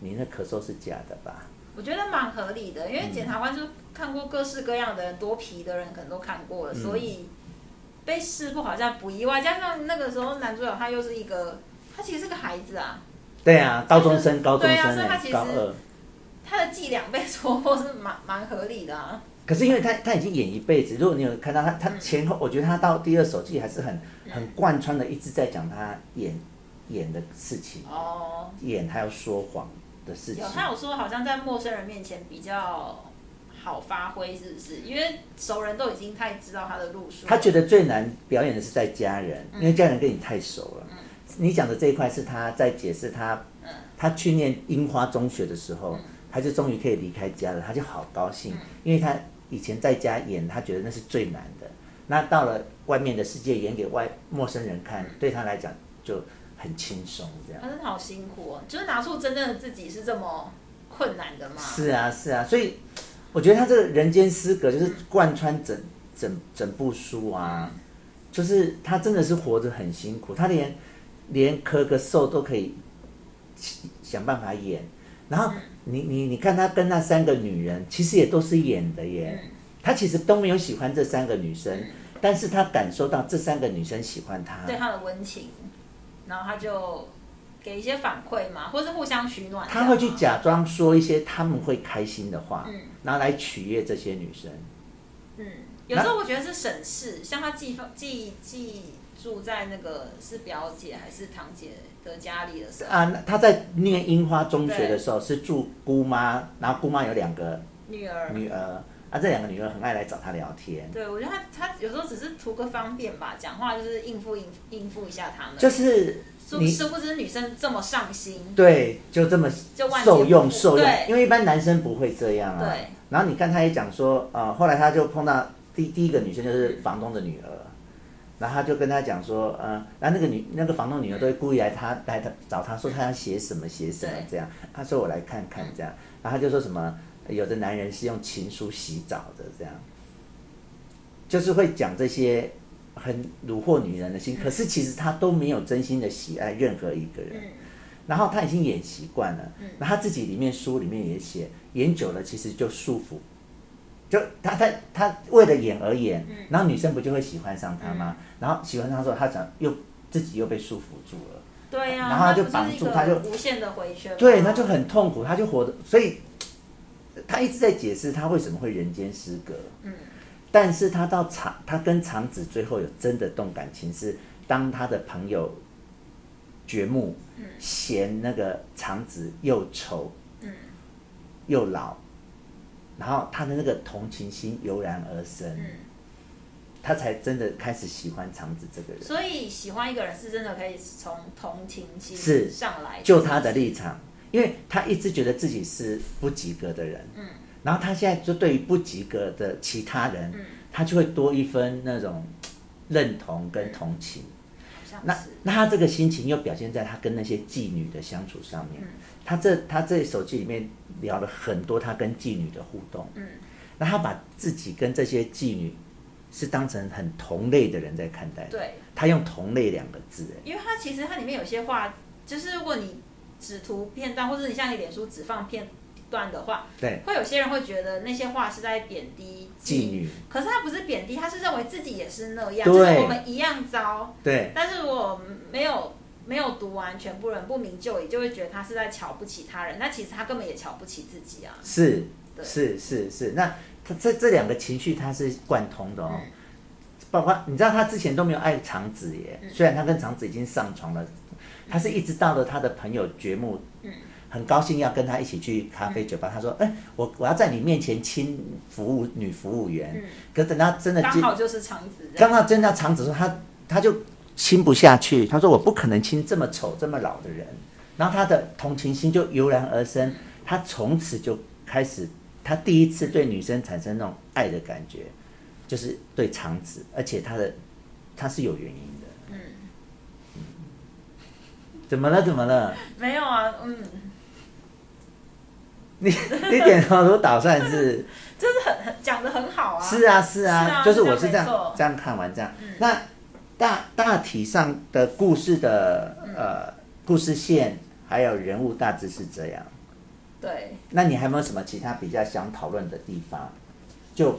你那咳嗽是假的吧？”
我觉得蛮合理的，因
嗯
为检察官就是看过各式各样的人，多皮的人可能都看过了，
嗯
所以被识破好像不意外。加上那个时候男主角他又是一个，他其实是个孩子啊，
对啊，高中生，高中
对啊
生
所以他
哎、
其实
高二。
他的伎俩被戳破是蛮蛮合理的啊。
可是因为他他已经演一辈子，如果你有看到他，他前后，我觉得他到第二手记还是很很贯穿的，一直在讲他演演的事情，
哦，
演还有说谎的事情
有。他有说好像在陌生人面前比较好发挥，是不是？因为熟人都已经太知道他的路数了，
他觉得最难表演的是在家人，因为家人跟你太熟了。你讲的这一块是他在解释他，他去念樱花中学的时候，他就终于可以离开家了，他就好高兴，因为他以前在家演，他觉得那是最难的。那到了外面的世界演给外陌生人看，对他来讲就很轻松这样。
他真的好辛苦哦，就是拿出真正的自己是这么困难的嘛。
是啊，是啊，所以我觉得他这个人间失格就是贯穿整整整部书啊，就是他真的是活得很辛苦，他连连咳个嗽都可以想想办法演，然后你你你看他跟那三个女人其实也都是演的耶，他其实都没有喜欢这三个女生，但是他感受到这三个女生喜欢他，
对他的温情，然后他就给一些反馈嘛，或是互相取暖。
他会
这
去
样吗，
假装说一些他们会开心的话，
嗯
然后来取悦这些女生。
嗯，有时候我觉得是省事，像他寄放寄寄住在那个是表姐还是堂姐的家里的时候，
啊，那他在念樱花中学的时候是住姑妈，然后姑妈有两个
女儿。
女儿，啊，这两个女儿很爱来找他聊天，
对，我觉得他他有时候只是图个方便吧，讲话就是应付应应付一下他们。
就是
殊
你
殊不知女生这么上心，
对，就这么
就万劫
受用
不复
受用
对，
因为一般男生不会这样啊。
对。
然后你看他也讲说，呃，后来他就碰到第第一个女生就是
嗯
房东的女儿，然后他就跟他讲说，嗯、呃，然后那个女那个房东女儿都会故意来他来他找他说他要写什么写什么
对
这样，他说我来看看这样，然后他就说什么有的男人是用情书洗澡的这样，就是会讲这些很虏获女人的心，
嗯
可是其实他都没有真心的喜爱任何一个人。
嗯
然后他已经演习惯了，然后他自己里面书里面也写，演久了其实就束缚，就他他他为了演而演，然后女生不就会喜欢上他吗？然后喜欢上之后，他想又自己又被束缚住了。
对呀、
然后他
那
就
不是
绑
一
住
个
他就
无限的回圈嘛，
对，他就很痛苦，他就活得，所以他一直在解释他为什么会人间失格。嗯，但是他到长，他跟长子最后有真的动感情是，当他的朋友掘墓，嫌那个长子又丑，又老，然后他的那个同情心油然而生，
嗯
他才真的开始喜欢长子这个人。
所以喜欢一个人是真的可以从同情心
是
上来，
就他的立场，因为他一直觉得自己是不及格的人，嗯，然后他现在就对于不及格的其他人，他就会多一分那种认同跟同情。
好像
那
是
那他这个心情又表现在他跟那些妓女的相处上面。他这他这手机里面聊了很多他跟妓女的互动。嗯，那他把自己跟这些妓女是当成很同类的人在看待。，
对，
他用“同类”两个字，哎
因为它其实它里面有些话，就是如果你只图片段，或者你像你脸书只放片段的话，
对，
会有些人会觉得那些话是在贬低
妓。女，
可是他不是贬低，他是认为自己也是那样，
对
就是我们一样糟。
对。
但是如果没有没有读完全部人不明就里，就会觉得他是在瞧不起他人。那其实他根本也瞧不起自己啊。
是
对
是是是，那他这这两个情绪它是贯通的哦。
嗯
包括你知道他之前都没有爱长子耶，
嗯
虽然他跟长子已经上床了，他是一直到了他的朋友掘墓，
嗯
很高兴要跟他一起去咖啡酒吧，他说：“哎、我我要在你面前亲服务女服务员。
嗯
可等他真的
刚
进
好就是长子这样，
刚刚真到长子说他他就亲不下去，他说我不可能亲这么丑这么老的人，然后他的同情心就油然而生，他从此就开始，他第一次对女生产生那种爱的感觉，就是对长子，而且他的他是有原因的，嗯，怎么了怎么了？
没有啊，嗯，
你你点头如捣蒜是？
就是很很 讲的很好啊。
是啊，是啊，
是啊
就是我是这
是这
样
样没错嗯
这样看完这样。那大大体上的故事的呃故事线还有人物大致是这样。
对，
那你还有没有什么其他比较想讨论的地方？就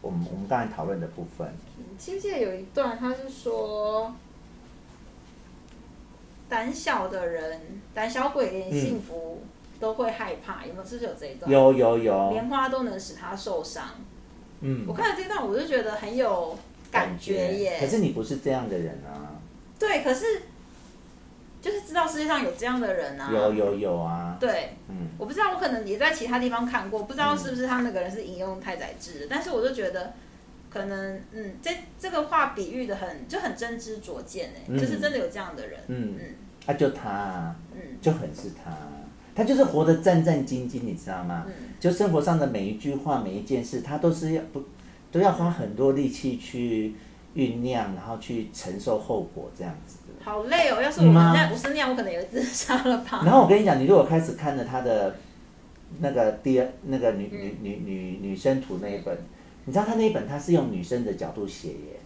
我们我们刚才讨论的部分，
你记不记得有一段他是说，胆小的人，胆小鬼连幸福都会害怕，有没有？是不是有这一段？
有有有，
莲花都能使他受伤。
嗯
我，看了这段，我就觉得很有感觉耶。
可是你不是这样的人啊，
对，可是就是知道世界上有这样的人啊。
有有有啊，
对，
嗯，
我不知道，我可能也在其他地方看过，不知道是不是他那个人是引用太宰治的，但是我就觉得。可能嗯，这这个话比喻的很就很真知灼见哎、
嗯
就是真的有这样的人，
嗯
嗯
那、就他、啊，
嗯
就很是他，他就是活得战战兢兢，你知道
嗯
吗？就生活上的每一句话、每一件事，他都是要不都要花很多力气去酝酿，然后去承受后果这样子的。
好累哦。要是
嗯
我
吗
那我是那样，我可能也自杀了吧。
然后我跟你讲，你如果开始看了他的那个第二那个女
嗯
女女女女生图那一本，你知道他那一本他是用女生的角度写耶，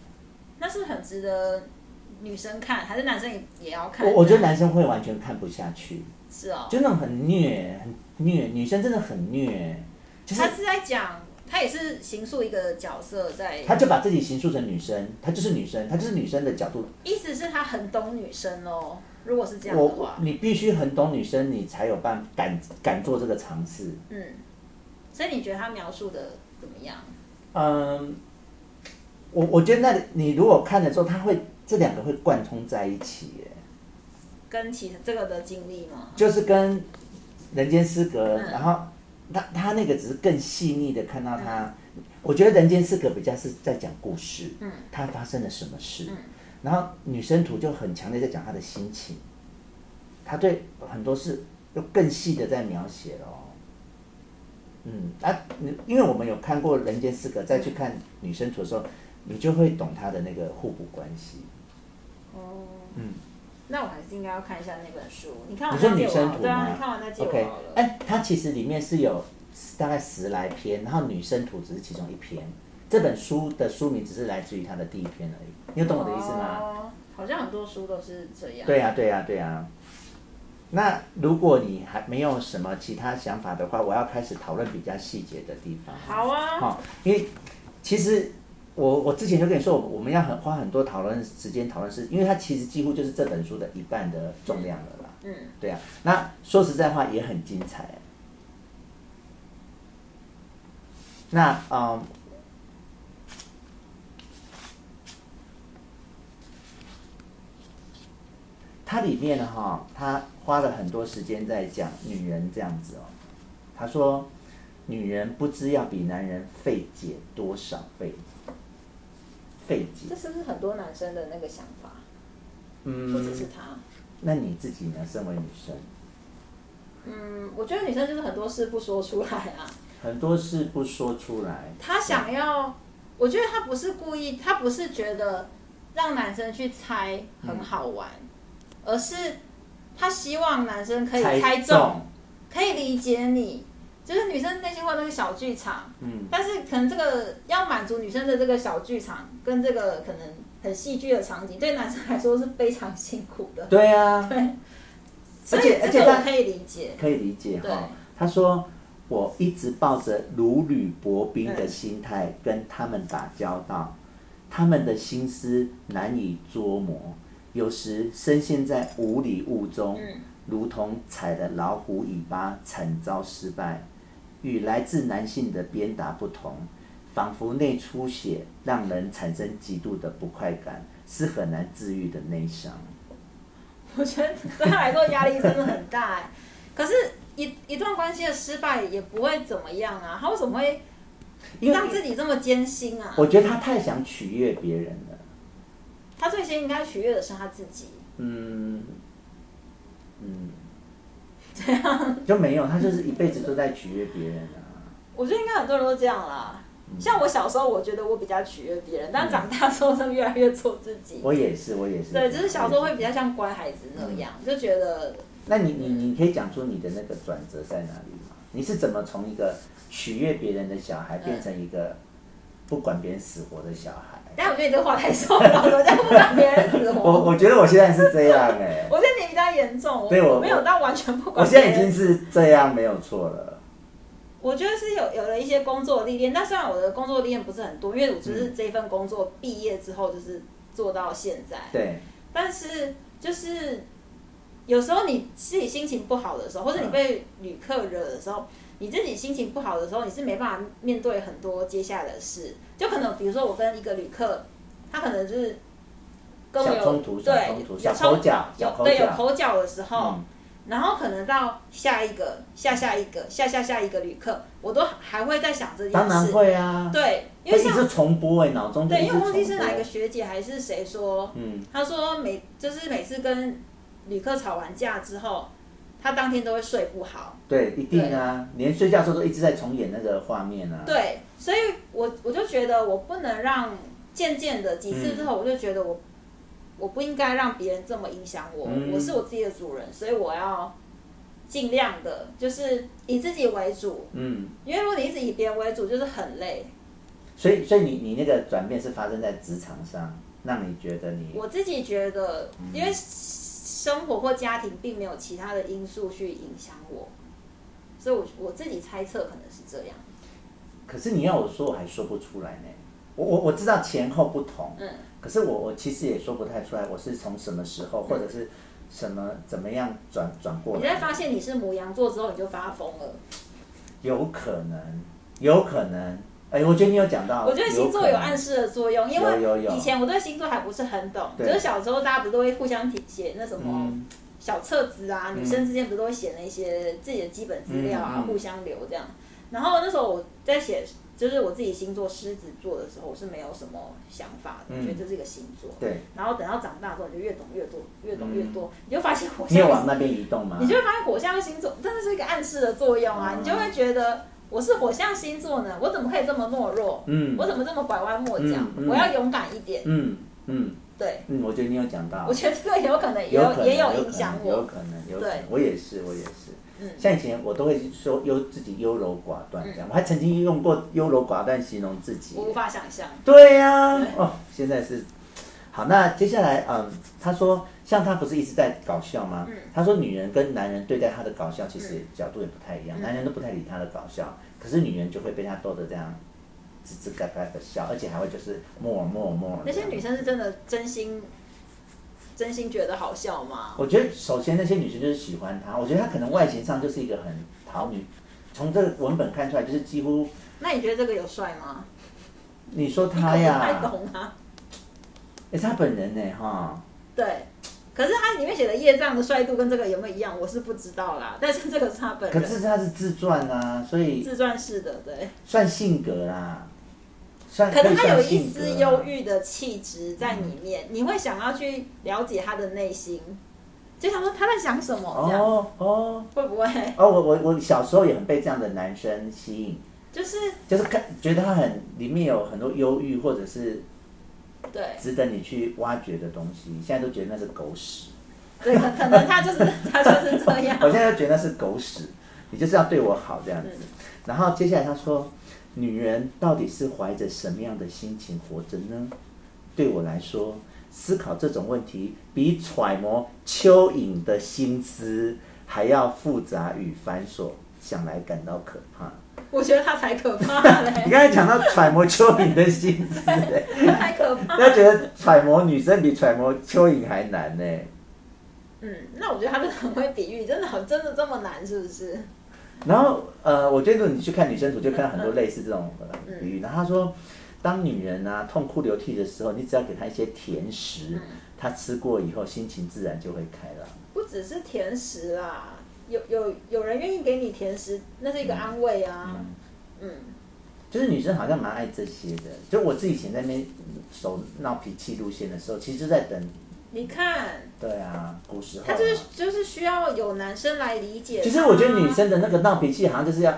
那是不是很值得女生看，还是男生也也要看？
我我觉得男生会完全看不下去，
是哦，
就那种很虐、很虐，女生真的很虐，就是
他是在讲，他也是形塑一个角色在，
他就把自己形塑成女生，她就是女生，她就是女生的角度
意思是他很懂女生哦。如果是这样的
我
话，
你必须很懂女生，你才有办敢敢做这个尝试。
嗯，所以你觉得他描述的怎么样？
嗯，我我觉得那你如果看了之后，他会这两个会贯通在一起耶，
跟其这个的经历吗？
就是跟《人间失格》
嗯
然后他他那个只是更细腻的看到他。我觉得《人间失格》比较是在讲故事，嗯，他发生了什么事，然后女生图就很强烈在讲她的心情，他对很多事又更细的在描写了哦。嗯，啊，你因为我们有看过《人间失格》，再去看女生图的时候，你就会懂她的那个互补关系。
哦，
嗯，
那我还是应该要看一下那本书。你看
你
完
说
再
女
借我
生图
好了，对啊，
吗
你看完再借我
OK，
好了。
哎、它其实里面是有大概十来篇，然后女生图只是其中一篇，这本书的书名只是来自于它的第一篇而已，你有懂我的意思吗？
哦好像很多书都是这样。
对呀、啊对呀、对呀、那如果你还没有什么其他想法的话，我要开始讨论比较细节的地方。
好啊，
好、因为其实我我之前就跟你说，我们要很花很多讨论时间讨论是，因为它其实几乎就是这本书的一半的重量了啦。
嗯，
对啊，那说实在话也很精彩。那嗯，它里面呢哈，他花了很多时间在讲女人这样子哦。他说，女人不知要比男人费解多少倍，费
这
解。
是不是很多男生的那个想法？不只是
嗯，
他。
那你自己呢？身为女生，
嗯，我觉得女生就是很多事不说出来啊，
很多事不说出来。
她想要，我觉得她不是故意，她不是觉得让男生去猜
嗯
很好玩，而是她希望男生可以猜中，可以理解你。就是女生内心会有那个小剧场，
嗯，
但是可能这个要满足女生的这个小剧场，跟这个可能很戏剧的场景，对男生来说是非常辛苦的。
对啊，
对，所
而
以
且而
这
且
个我
他
可以理解。
可以理解
对
哈。他说我一直抱着如履薄冰的心态跟他们打交道，他们的心思难以捉摸，有时深陷在无礼物中，
嗯
如同踩了老虎尾巴，惨遭失败。与来自男性的鞭打不同，仿佛内出血，让人产生极度的不快感，是很难治愈的内伤。
我觉得对他来说压力真的很大哎、可是一一段关系的失败也不会怎么样啊，他为什么会
因为
让自己这么艰辛啊？
我觉得他太想取悦别人了。
他最先应该取悦的是他自己，
嗯，嗯，这样就没有，他就是一辈子都在取悦别人啊。
我觉得应该很多人都这样啦。
嗯
像我小时候，我觉得我比较取悦别人，但长大之后就越来越做自己。
我也是，我也是。嗯
对，就是小时候会比较像乖孩子那样，就觉得
那你你你可以讲出你的那个转折在哪里吗？你是怎么从一个取悦别人的小孩变成一个不管别人死活的小 孩？
但我觉得你这话太重了，我就不管别人死活。
我我觉得我现在是这样哎、
我觉得你比较严重，
对我
没有到完全不
我
管别
现
人。
在已经是这样没有错了。
我觉得是有有了一些工作历练，但虽然我的工作历练不是很多，因为我只是
嗯
这份工作毕业之后就是做到现在，
对，
但是就是有时候你自己心情不好的
嗯
时候，或者你被旅客惹的时候，你自己心情不好的时候，你是没办法面对很多接下来的事，就可能比如说我跟一个旅客，他可能就是跟我
小
有
冲突，小
对
冲突，
有
小
冲
口角，小
有
口
对有
角。
口角的时候。
嗯，
然后可能到下一个、下下一个、下下下一个旅客，我都还会在想这件
当然
事。
会啊。
对，因
会
为
一
像
直重播哎、脑中就
对，
一
因
直
为
重播。
我忘记是哪一个学姐还是谁说，
嗯，
她说每就是每次跟旅客吵完架之后，她当天都会睡不好。
对，一定啊，连睡觉的时候都一直在重演那个画面啊。，
对，所以我我就觉得我不能让渐渐的几次之后，我就觉得我、我不应该让别人这么影响我，
嗯
我是我自己的主人，所以我要尽量的，就是以自己为主，
嗯，
因为如果你一直以别人为主，就是很累。
所以所以你你那个转变是发生在职场上，让你觉得你
我自己觉得，因为生活或家庭并没有其他的因素去影响我，所以我我自己猜测可能是这样。
可是你要我说，我还说不出来呢。我我我知道前后不同，
嗯，
可是我我其实也说不太出来，我是从什么时候或者是什么怎么样转转过
嗯你在
来，
发现你是母羊座之后，你就发疯了。
有可能，有可能。哎、我觉得你有讲到，
我觉得星座有暗
示，
示的作用，因
有
为
有有
以前我对星座还不是很懂，就
对
是小时候大家不是都会互相填写那什么
嗯，
小册子啊，
嗯
女生之间不是都会写那些自己的基本资料啊，
嗯嗯
互相留这样。然后那时候我在写，就是我自己星座狮子座的时候，我是没有什么想法
嗯
的，我觉得这是一个星座。
对，
然后等到长大之后，你就越懂越多，越懂
嗯
越多，你就发现火
你有往
象，
那边移动吗？
你就会发现火象星座真的是一个暗示的作用啊，
嗯
你就会觉得我是火象星座呢，我怎么可以这么懦弱？
嗯
我怎么这么拐弯抹角？
嗯嗯
我要勇敢一点。
嗯嗯
对，
嗯，我觉得你有讲到
我，觉得这个有可能也
有可能
也有
有
影响
可能有
我。
可能有可能
对，
我也是我也是，
嗯
像以前我都会说优自己优柔寡断这样，我还曾经用过优柔寡断形容自己。
我无法想象。
对呀、哦，现在是好。那接下来，嗯，他说，像他不是一直在搞笑吗？
嗯
他说，女人跟男人对待他的搞笑其实角度也不太一
嗯
样，男人都不太理他的搞笑，可是女人就会被他逗得这样吱吱嘎嘎的笑，而且还会就是默尔默尔默尔。
那些女，生是真的真心真心觉得好笑吗？
我觉得首先那些女生就是喜欢他，我觉得他可能外形上就是一个很讨女，从这个文本看出来就是几乎
那你觉得这个有帅吗？
你说他
我不太
呀，
懂啊。
也是他本人呢哈。
对，可是它里面写的业障的帅度跟这个有没有一样，我是不知道啦。但是这个是他本
可
人
是他是自传啊，所以
自传式的，对，
算性格啦，算啊
可能他
他
有一丝忧，郁的气质在里面，
嗯
你会想要去了解他的内心，就想说他在想什么，这样、
哦哦
会不会
哦，我我我小时候也很被这样的男生吸引，
就是
就是看觉得他很里面有很多忧郁或者是
对
值得你去挖掘的东西，现在都觉得那是狗屎，
对，可可能他就是 他就是这样。
我现在都觉得那是狗屎，你就是要对我好这样子。然后接下来他说，女人到底是怀着什么样的心情活着呢？对我来说，思考这种问题比揣摩蚯蚓的心思还要复杂与繁琐，想来感到可怕。
我觉得他才可怕嘞，
你刚才讲到揣摩蚯蚓的心思、 欸，
他才可怕。
他觉得揣摩女生比揣摩蚯蚓还难呢、
嗯，那我觉得他真的很会比喻，真的好，真的这么难是不是？
然后呃，我觉得如果你去看女生图，就看到很多类似这种呃
嗯
比喻。然后他说，当女人啊痛哭流涕的时候，你只要给她一些甜食，
嗯
她吃过以后，心情自然就会开朗。
不只是甜食啦，有有有人愿意给你甜食，那是一个安慰啊。
嗯
嗯，
就是女生好像蛮爱这些的。就我自己以前在那边手闹脾气路线的时候，其实就在等。
你看，
对啊，古时候
他
嘛。
就是就是需要有男生来理解他。
其实我觉得女生的那个闹脾气，好像就是要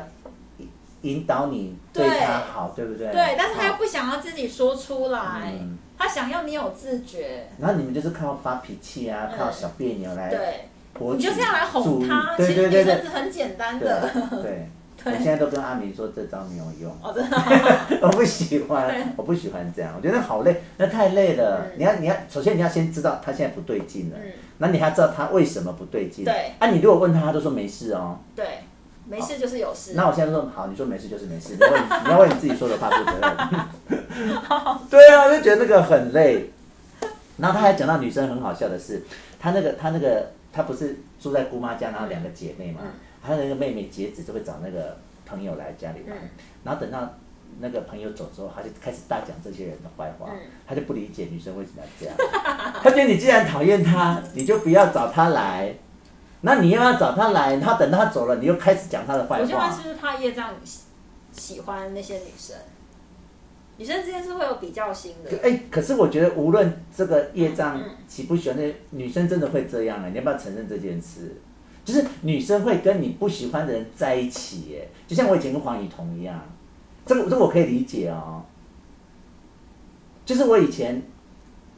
引引导你对
对
她好，对不对？
对，但是他又
好
不想要自己说出来，
嗯
他想要你有自觉，
然后你们就是靠发脾气啊，
嗯
靠小别扭来
对，
博
你
取
就是要来
注
哄
意
他。
对
其
对
实
对
女
对
生是很简单
对
的，
对。我
对
现在都跟阿明说这招没有用，
哦，真的
我
哦，
不喜
对
欢，我不喜欢这样，我觉得好累，那太累了。
嗯
你要你要，首先你要先知道他现在不对劲了，
嗯，
那你还要知道他为什么不对劲。
对
啊，你如果问他，他都说没事哦。
对，没事就是有事。
那我现在说好，你说没事就是没事，你要为你要为你自己说的话负责任。 对啊，就觉得那个很累。然后他还讲到女生很好笑的是，她那个她那个她不是住在姑妈家，然后两个姐妹嘛
嗯，
她那个妹妹截止就会找那个朋友来家里玩
嗯，
然后等到那个朋友走之后，她就开始大讲这些人的坏话
嗯，
她就不理解女生为什么要这样，她觉得你既然讨厌她，你就不要找她来。那你又要找她来，然后等到她走了，你又开始讲她的坏话。
我觉得他是不是怕业障喜喜欢那些女生？女生之间是会有比较心的
可，哎、可是我觉得无论这个业障
嗯
喜不喜欢，那女生真的会这样啊！你要不要承认这件事？就是女生会跟你不喜欢的人在一起，耶，就像我以前跟黄雨桐一样，这个这个我可以理解哦。就是我以前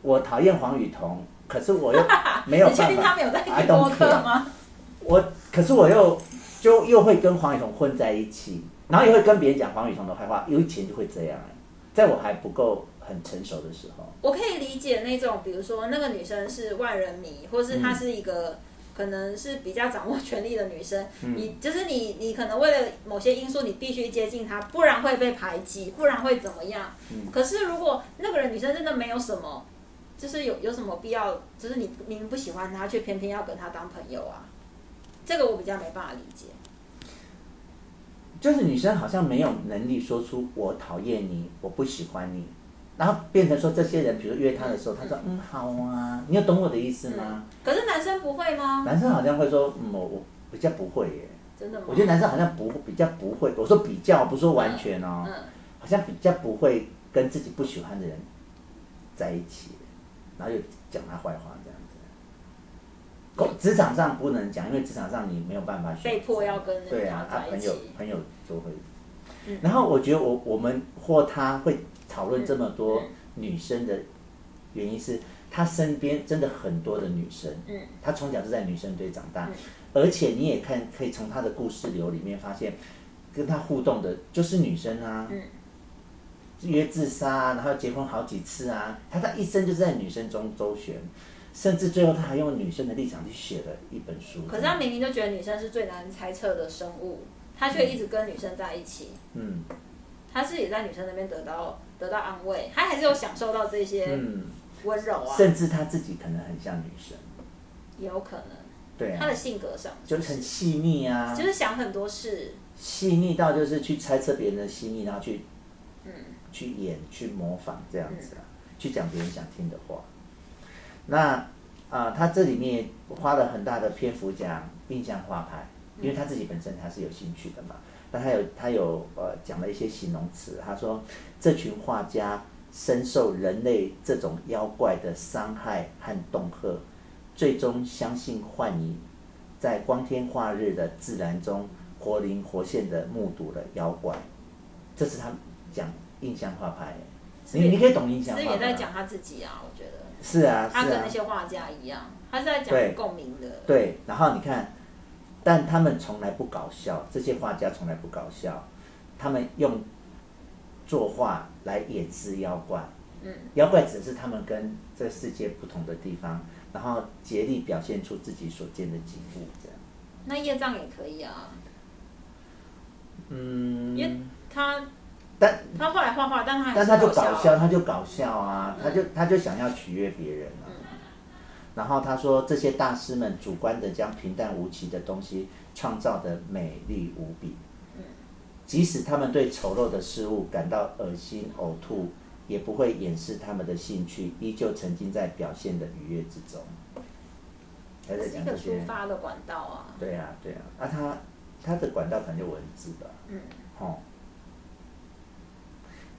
我讨厌黄雨桐，可是 我又没有
你确
办
定他
法，
没有在
I
听
don't
播客吗？
我可是我又就又会跟黄雨桐混在一起，然后也会跟别人讲黄雨桐的坏话，有以前就会这样哎，在我还不够很成熟的时候。
我可以理解那种，比如说那个女生是万人迷，或是她是一个、
嗯
可能是比较掌握权力的女生，你就是你，你可能为了某些因素，你必须接近她，不然会被排挤，不然会怎么样？
嗯
可是如果那个人女生真的没有什么，就是有有什么必要，就是你你们不喜欢她，却偏偏要跟她当朋友啊？这个我比较没办法理解。
就是女生好像没有能力说出我讨厌你，我不喜欢你，然后变成说这些人，比如约她的时候，她说嗯好啊，你有懂我的意思吗？
嗯可是男生不会吗？
男生好像会说嗯我我比较不会耶，
真的吗？
我觉得男生好像不比较不会，我说比较不说完全哦，
嗯，
好像比较不会跟自己不喜欢的人在一起，然后就讲他坏话这样子。工职场上不能讲，因为职场上你没有办法选择
被迫要跟人
对
家
啊，啊
在一
朋
起
友朋友就会。
嗯
然后我觉得我我们或他会讨论这么多
嗯嗯
女生的原因是，他身边真的很多的女生，
嗯，
他从小就在女生堆长大，
嗯
而且你也看可以从他的故事流里面发现，跟他互动的就是女生啊，
嗯
约自杀啊，然后结婚好几次啊，他他一生就是在女生中周旋，甚至最后他还用女生的立场去写了一本书。
可是他明明就觉得女生是最难猜测的生物，他却一直跟女生在一起，
嗯
他是也在女生那边得到得到安慰，他还是有享受到这些
嗯，
温柔啊，
甚至他自己可能很像女生，
也有可能
对
他
啊，
的性格上
就很细腻啊，
就是想很多事，
细腻到就是去猜测别人的心意，然后去
嗯，
去演、去模仿这样子啊，去讲别人想听的话。那啊、他这里面花了很大的篇幅讲印象画派，因为他自己本身他是有兴趣的嘛。那他有他有呃讲了一些形容词，他说这群画家深受人类这种妖怪的伤害和恫吓，最终相信幻影在光天化日的自然中活灵活现的目睹了妖怪，这是他讲印象画派耶。你你可以懂印
其
象
实
画
也在
派
讲
吗，
他自己啊，我觉得
是啊，
他
是
跟
啊
那。些画家一样，他是在
对
讲共鸣的，
对，然后你看，但他们从来不搞笑，这些画家从来不搞笑，他们用作画来掩饰妖怪。
嗯，
妖怪只是他们跟这世界不同的地方，然后竭力表现出自己所见的景物，这样。
那业障也可以啊，因为
嗯，
他
但
他后来画画，但他还
但
是
他就
搞
搞
啊
笑，他就搞笑啊，他就他就想要取悦别人啊。然后他说，这些大师们主观的将平淡无奇的东西创造的美丽无比，即使他们对丑陋的事物感到恶心呕吐，也不会掩饰他们的兴趣，依旧沉浸在表现的愉悦之中。还在
这是一
讲
个
这
抒
些，
发的管道啊，
对啊，对啊，啊他他的管道可能就文字吧。
嗯，
哦，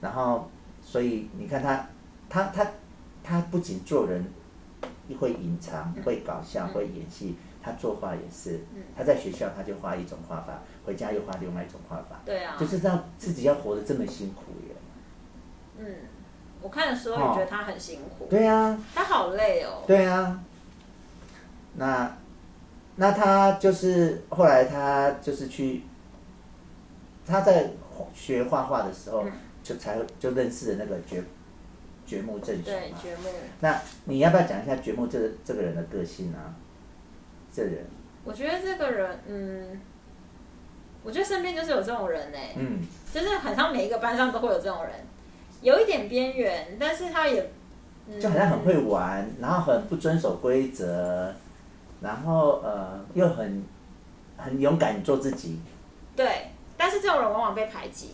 然后所以你看他，他他他不仅做人会隐藏、会搞笑、会演戏，他作画也是
嗯，
他在学校他就画一种画法，回家又画另外一种画法，
对啊，
就是让自己要活得这么辛苦耶。
嗯，我看的时候也觉得他很辛苦，
哦对啊，
他好累哦，
对啊，那那他就是后来他就是去，他在学画画的时候，
嗯
就才就认识了那个掘掘墓正雄
对，
嘛。
掘墓，
那你要不要讲一下掘墓这个这个人的个性啊？这人，
我觉得这个人，嗯，我觉得身边就是有这种人呢、
嗯，
就是好像每一个班上都会有这种人，有一点边缘，但是他也，嗯
就好像很会玩，然后很不遵守规则，然后呃又很很勇敢做自己，
对，但是这种人往往被排挤，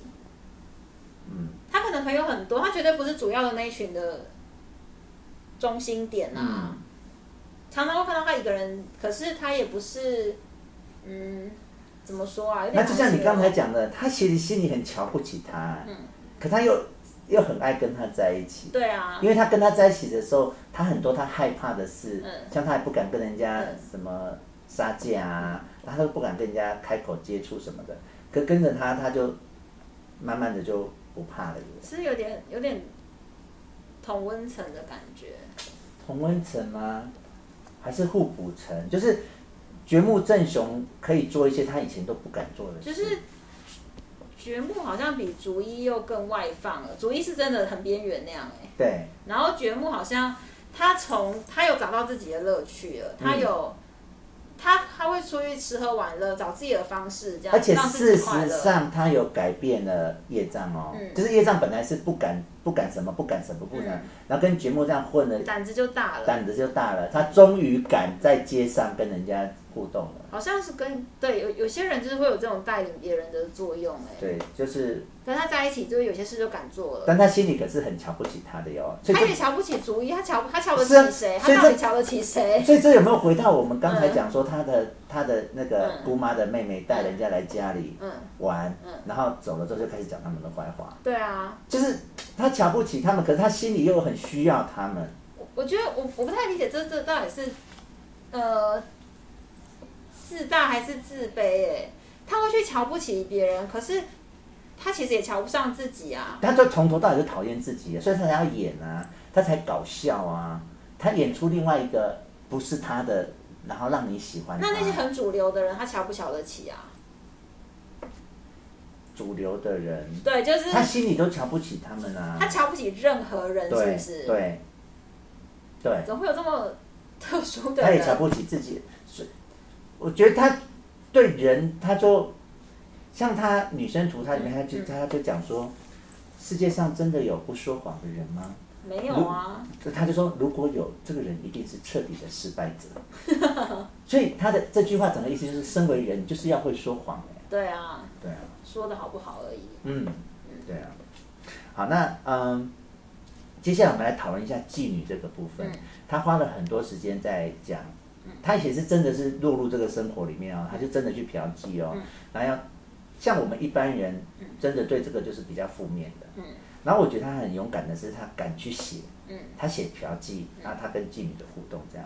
嗯
他可能朋友很多，他绝对不是主要的那一群的中心点啊。
嗯
常常会看到他一个人，可是他也不是，嗯，怎么说啊？有点
那就像你刚才
同学
讲的，他其实心里很瞧不起他，
嗯
可他又又很爱跟他在一起，
对啊
因，为他跟他在一起的时候，他很多他害怕的事，
嗯
像他也不敢跟人家
嗯
什么杀价啊，他都不敢跟人家开口接触什么的，可跟着他，他就慢慢的就不怕了耶。
是有点有点同温层的感觉。
同温层吗？还是互补层？就是掘墓正雄可以做一些他以前都不敢做的事，
就是掘墓好像比竹一又更外放了，竹一是真的很边缘那样哎、
对，
然后掘墓好像他从他有找到自己的乐趣了，他
嗯
有、他他会出去吃喝玩乐，找自己的方式这样，
而且
让
事
自己快
实
乐。
上，他有改变了业障哦，
嗯
就是业障本来是不敢不敢什么不敢什么不敢，
嗯
然后跟节目这样混了，
胆子就大了，
胆子就大了。他终于敢在街上跟人家互动了。
好像是跟对有有些人就是会有这种带领别人的作用哎、
对，就是，
跟他在一起就是有些事就敢做了。
但他心里可是很瞧不起他的哟。所以
他也
这，
瞧不起竹一，他瞧他瞧得
是啊
起谁？
所
他
以
到底
这
瞧得起谁？
所以这有没有回到我们刚才
嗯
讲说他的、他的那个
嗯
姑妈的妹妹带人家来家里
嗯，
玩，
嗯
然后走了之后就开始讲他们的坏话，
对啊，
就是他瞧不起他们，可是他心里又很需要他们。
我我觉得我我不太理解这这到底是，呃，自大还是自卑、欸？他会去瞧不起别人，可是他其实也瞧不上自己啊。
他就从头到尾就讨厌自己，所以他才要演啊，他才搞笑啊，他演出另外一个不是他的，然后让你喜欢他
那那些很主流的人，他瞧不瞧得起啊？
主流的人，
对，就是
他心里都瞧不起他们啊
嗯他。瞧不起任何人，是
对
不是？，
对对，
怎么会有这么特殊的
他也瞧
人？
不起自己，所以我觉得他对人，他就像他《女生图》它里面，他
嗯
就他就讲说，世界上真的有不说谎的人吗？
没有啊，
就他就说，如果有这个人，一定是彻底的失败者。 所以他的这句话整个意思就是，身为人你就是要会说谎、欸、
对啊，
对啊，
说的好不好而已。
嗯，对啊。好，那嗯，接下来我们来讨论一下妓女这个部分。
嗯
他花了很多时间在讲，他也是真的是落入这个生活里面哦，他就真的去嫖妓哦
嗯，
然后要像我们一般人
嗯，
真的对这个就是比较负面的。
嗯
然后我觉得他很勇敢的是，他敢去写，
嗯
他写嫖妓，然后他跟妓女的互动这样。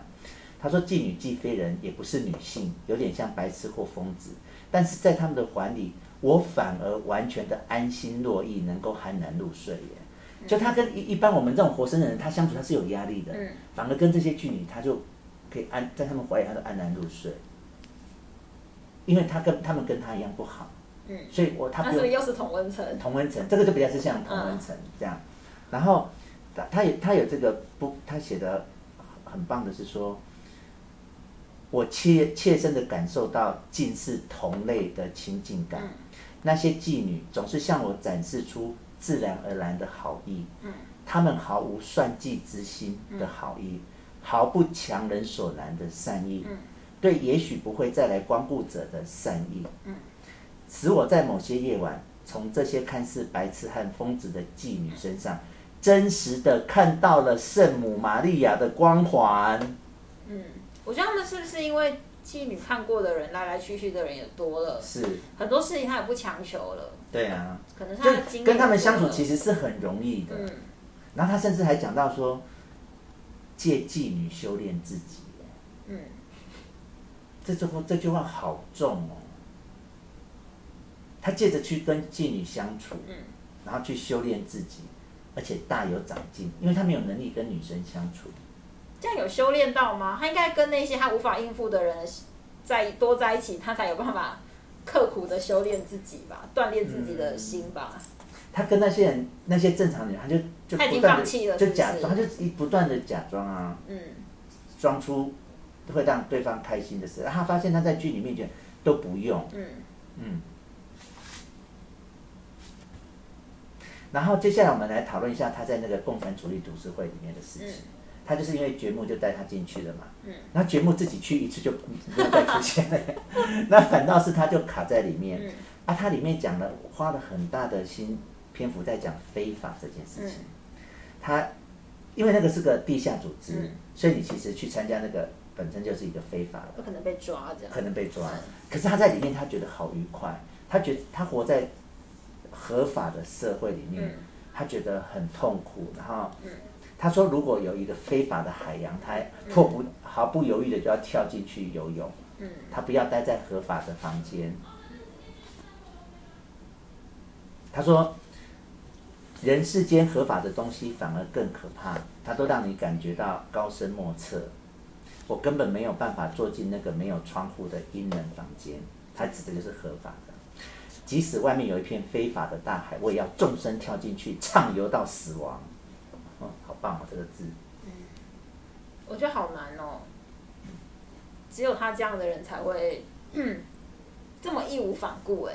他说妓女既非人，也不是女性，有点像白痴或疯子，但是在他们的怀里，我反而完全的安心乐意，能够酣然入睡耶。就他跟一一般我们这种活生的人，他相处他是有压力的，
嗯
反而跟这些妓女，他就可以安在他们怀里，他都安然入睡，因为他跟他们跟他一样不好，
嗯，
所以我他
那
不用
是不是又是同温层？
同温层，这个就比较是像同
嗯
温层这样。然后他他也他有这个不，他写的很棒的是说，我切切身的感受到近似同类的亲近感。
嗯
那些妓女总是向我展示出自然而然的好意，
嗯
她们毫无算计之心的好意，毫不强人所难的善意，
嗯
对也许不会再来光顾者的善意。
嗯
使我在某些夜晚，从这些看似白痴和疯子的妓女身上，真实的看到了圣母玛利亚的光环。
嗯，我觉得他们是不是因为妓女看过的人来来去去的人也多了，
是，
很多事情他也不强求了，
对啊，
可能是他的经
就
历
跟他们相处其
实
实是很容易的。
嗯
然后他甚至还讲到说，借妓女修炼自己，
嗯，
这句话这句话好重哦。他借着去跟妓女相处，
嗯
然后去修炼自己，而且大有长进，因为他没有能力跟女生相处。
这样有修炼到吗？他应该跟那些他无法应付的人在多在一起，他才有办法刻苦的修炼自己吧，锻炼自己的心吧。
他跟那些人那些正常人，他就就
他已
不
经
断
放弃
的
了
就是
不
假
是
装，他就一不断的假装啊，
嗯
装出会让对方开心的事。他发现他在剧里面就都不用，
嗯
嗯。然后接下来我们来讨论一下他在那个共产主义读书会里面的事情。他就是因为掘墓就带他进去了嘛，
嗯，
然后掘墓自己去一次就没有再出现了， 那反倒是他就卡在里面，
嗯
啊，它里面讲了，花了很大的心篇幅在讲非法这件事
嗯
情。它因为那个是个地下组织，
嗯
所以你其实去参加那个本身就是一个非法
有
的，
可能被抓这样。
可能被抓。可是他在里面，他觉得好愉快，他觉得他活在合法的社会里面，
嗯
他觉得很痛苦。然后
嗯
他说，如果有一个非法的海洋，他迫不毫不犹豫的就要跳进去游泳。
嗯
他不要待在合法的房间。他说，人世间合法的东西反而更可怕，它都让你感觉到高深莫测。我根本没有办法坐进那个没有窗户的阴冷房间，他指的就是合法的。即使外面有一片非法的大海，我也要纵身跳进去，畅游到死亡。哦，好棒哦，这个字。
我觉得好难哦，只有他这样的人才会、嗯、这么义无反顾哎，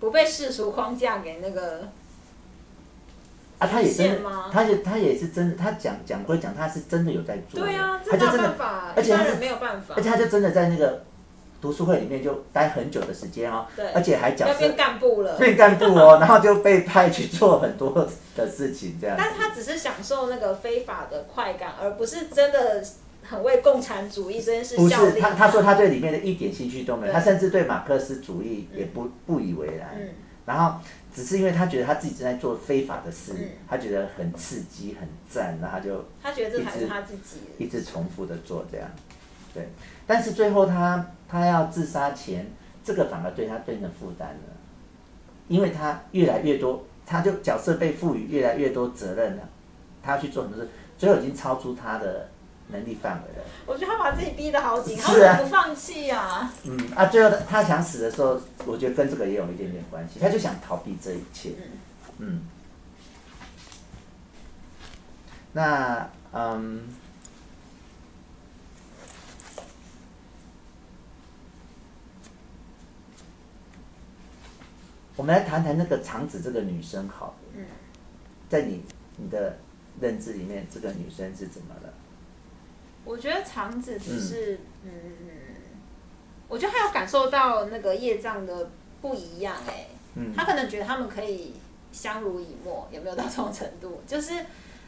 不被世俗框架给那个
啊，他也真
线
的
吗，
他也他也是真的，他讲讲归讲，他是真的有在做的，
对啊，
他
这没
就真
有办
的，
法，
而且
一般
他
人没有办法
而，且他就真的在那个读书会里面就待很久的时间哦，
对
而且还角
要
色
变干部了。
变干部哦，然后就被派去做很多的事情这样子，
但是他只是享受那个非法的快感，而不是真的很为共产主义这件事
不
效
是
力。
他他说他对里面的一点兴趣都没有，
对
他甚至对马克思主义也不不以为然，
嗯
然后只是因为他觉得他自己正在做非法的事
嗯，
他觉得很刺激很赞，然后他就
他觉得这才是他自己。
一直重复的做这样，对。但是最后他他要自杀前，这个反而对他变成负担了，因为他越来越多，他就角色被赋予越来越多责任了，他要去做很多事，最后已经超出他的能力范围了。
我觉得他把自己逼得好紧，他
是啊
怎么不放弃啊？
嗯啊，最后他他想死的时候，我觉得跟这个也有一点点关系，他就想逃避这一切。嗯，那嗯，我们来谈谈那个长子这个女生好了
嗯
在你你的认知里面，这个女生是怎么了？
我觉得长子只是，嗯，我觉得他有感受到那个业障的不一样、哎，
嗯
他可能觉得他们可以相濡以沫，有没有到这种程度？就是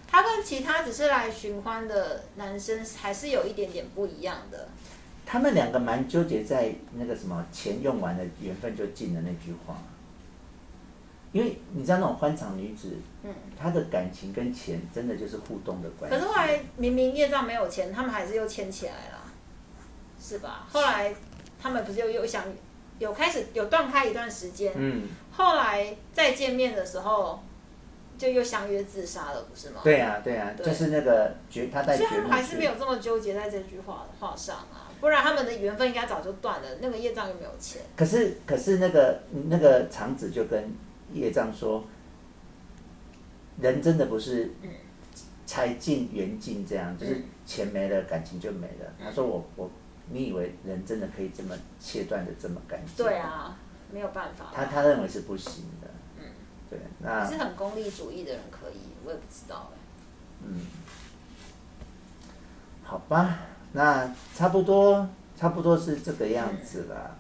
他跟其他只是来寻欢的男生还是有一点点不一样的。
他们两个蛮纠结在那个什么钱用完了，缘分就尽了那句话。因为你知道那种欢场女子，
嗯，
她的感情跟钱真的就是互动的关系。
可是后来明明业障没有钱，他们还是又牵起来了，是吧？后来他们不是又又想有开始有断开一段时间，
嗯，
后来再见面的时候就又相约自杀了，不是吗？。
对啊，对啊，
对
就是那个绝，她在
所
绝
以他们
命
还是没
去
有这么纠结在这句话话上啊，不然他们的缘分应该早就断了。那个业障又没有钱，
可是可是那个那个长子就跟业障说，人真的不是
嗯
财尽缘尽这样，就是
嗯
钱没了，感情就没了。他说我我，你以为人真的可以这么切断的这么干净？
对，啊，没有办法。
他他认为是不行的。对，那
你是很功利主义的人，可以，我也不知道哎、
嗯，好吧，那差不多差不多是这个样子啦。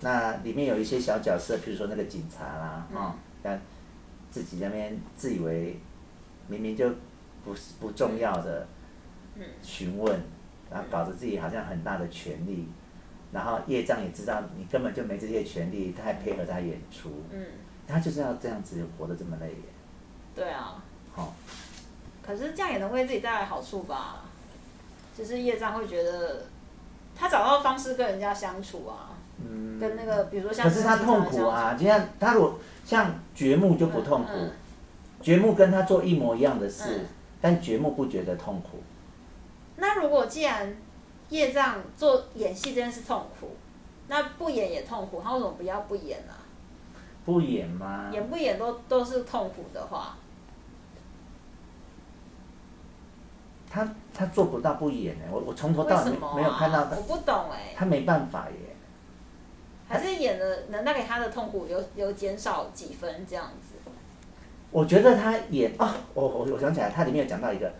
那里面有一些小角色，比如说那个警察啦，
嗯
哦，但自己在那边自以为明明就不是不重要的
嗯
询问，然后搞得自己好像很大的权利，然后业障也知道你根本就没这些权利，他还配合他演出，
嗯，
他就是要这样子活得这么累耶，
对啊，
好、
可是这样也能为自己带来好处吧？就是业障会觉得他找到方式跟人家相处啊，
嗯。
跟那个比如说像
可是他痛苦啊，就像他如果像掘墓就
跟
不
警察相处，
痛苦，
嗯
掘墓跟他做一模一样的事，
嗯
但掘墓不觉得痛苦。
那如果既然业障做演戏这件事痛苦，那不演也痛苦，他为什么不要不演呢、啊
不演吗？
演不演都都是痛苦的话，
他他做不到不演欸呢、我我从头
为
到尾
什
没,、
么、啊、
没有看到他
我，不懂哎、
他没办法耶。
还是演的能带给他的痛苦有有减少几分这样子。
我觉得他演啊，我我我想起来，他里面有讲到一个，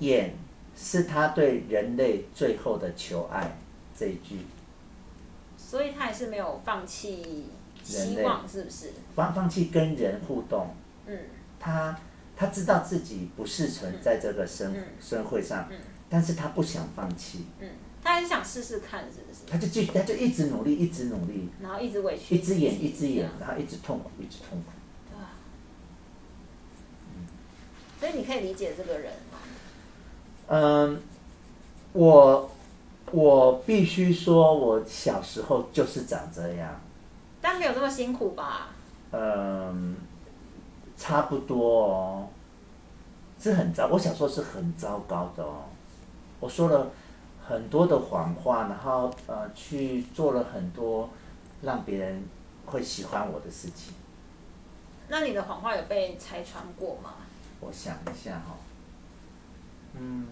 演是他对人类最后的求爱这一句，
所以他还是没有放弃希望，是不是？
放放弃跟人互动，
嗯
他他知道自己不适存在这个生、
嗯
社会上，
嗯
但是他不想放弃，
嗯，他还是想试试看，是不是？
他就继续，他就一直努力，一直努力，
然后一直委屈，
一直演，一直演
这，样
然后一直痛苦，一直痛苦。
对啊所以你可以理解这个人吗？
嗯，我我必须说，我小时候就是长这样，
但没有这么辛苦吧？
嗯，差不多哦，是很糟。我小时候是很糟糕的哦，我说了很多的谎话，然后呃去做了很多让别人会喜欢我的事情。
那你的谎话有被拆穿过吗？
我想一下哦哈、嗯，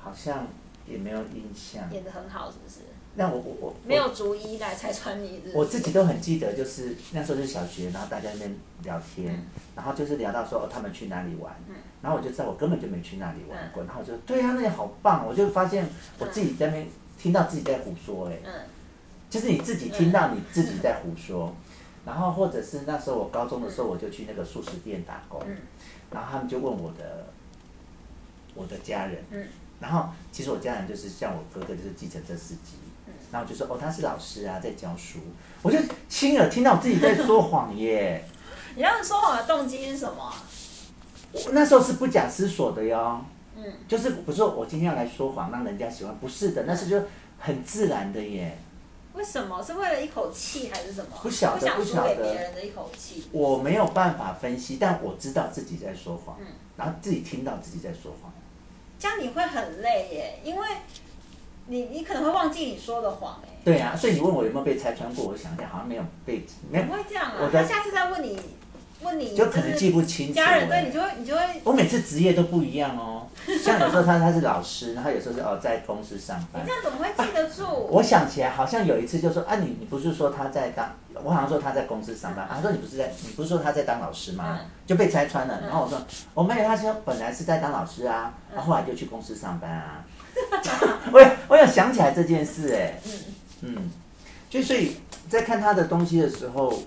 好像也没有印象。
演的很好，是不是？
那我我我
没有逐一来拆穿你是不是
我自己都很记得，就是那时候就是小学，然后大家在那边聊天，
嗯
然后就是聊到说、哦、他们去哪里玩，
嗯
然后我就知道我根本就没去那里玩过，然后我就对啊，那里好棒，我就发现我自己在那边、听到自己在胡说、哎，
嗯
就是你自己听到你自己在胡说，然后或者是那时候我高中的时候，我就去那个素食店打工，
嗯
然后他们就问我的我的家人，
嗯
然后其实我家人就是像我哥哥就是计程车司机，
嗯
然后就说哦他是老师啊在教书，我就亲耳听到我自己在说谎 耶，
你让人说谎的动机是什么啊？
我那时候是不假思索的哟，
嗯，
就是不是我今天要来说谎让人家喜欢，不是的，那是就很自然的耶，
为什么？是为了一口气还是什么？
不晓得
不想输
不晓
给
得
别人的一口气。
我没有办法分析，但我知道自己在说谎，
嗯
然后自己听到自己在说谎。
这样你会很累耶，因为你你可能会忘记你说的谎哎。
对啊，所以你问我有没有被拆穿过，我想一下，好像没有被，没
不
有，
会这样啊
哎我，的
他下次再问你，问你
就可能记不清
是
楚。欸
家人对你就会你就会，
我每次职业都不一样哦，像有时候他他是老师，然后有时候是哦在公司上
你
班
这。样怎么会记得住？
啊我想起来，好像有一次就说啊，你你不是说他在当，我好像说他在公司上班，啊、他说你不是在，你不是说他在当老师吗？
嗯
就被拆穿了。
嗯
然后我说我没有，他说本来是在当老师啊，啊后来就去公司上班啊。 我有我有想起来这件事哎、
嗯，
嗯，就所以在看他的东西的时候，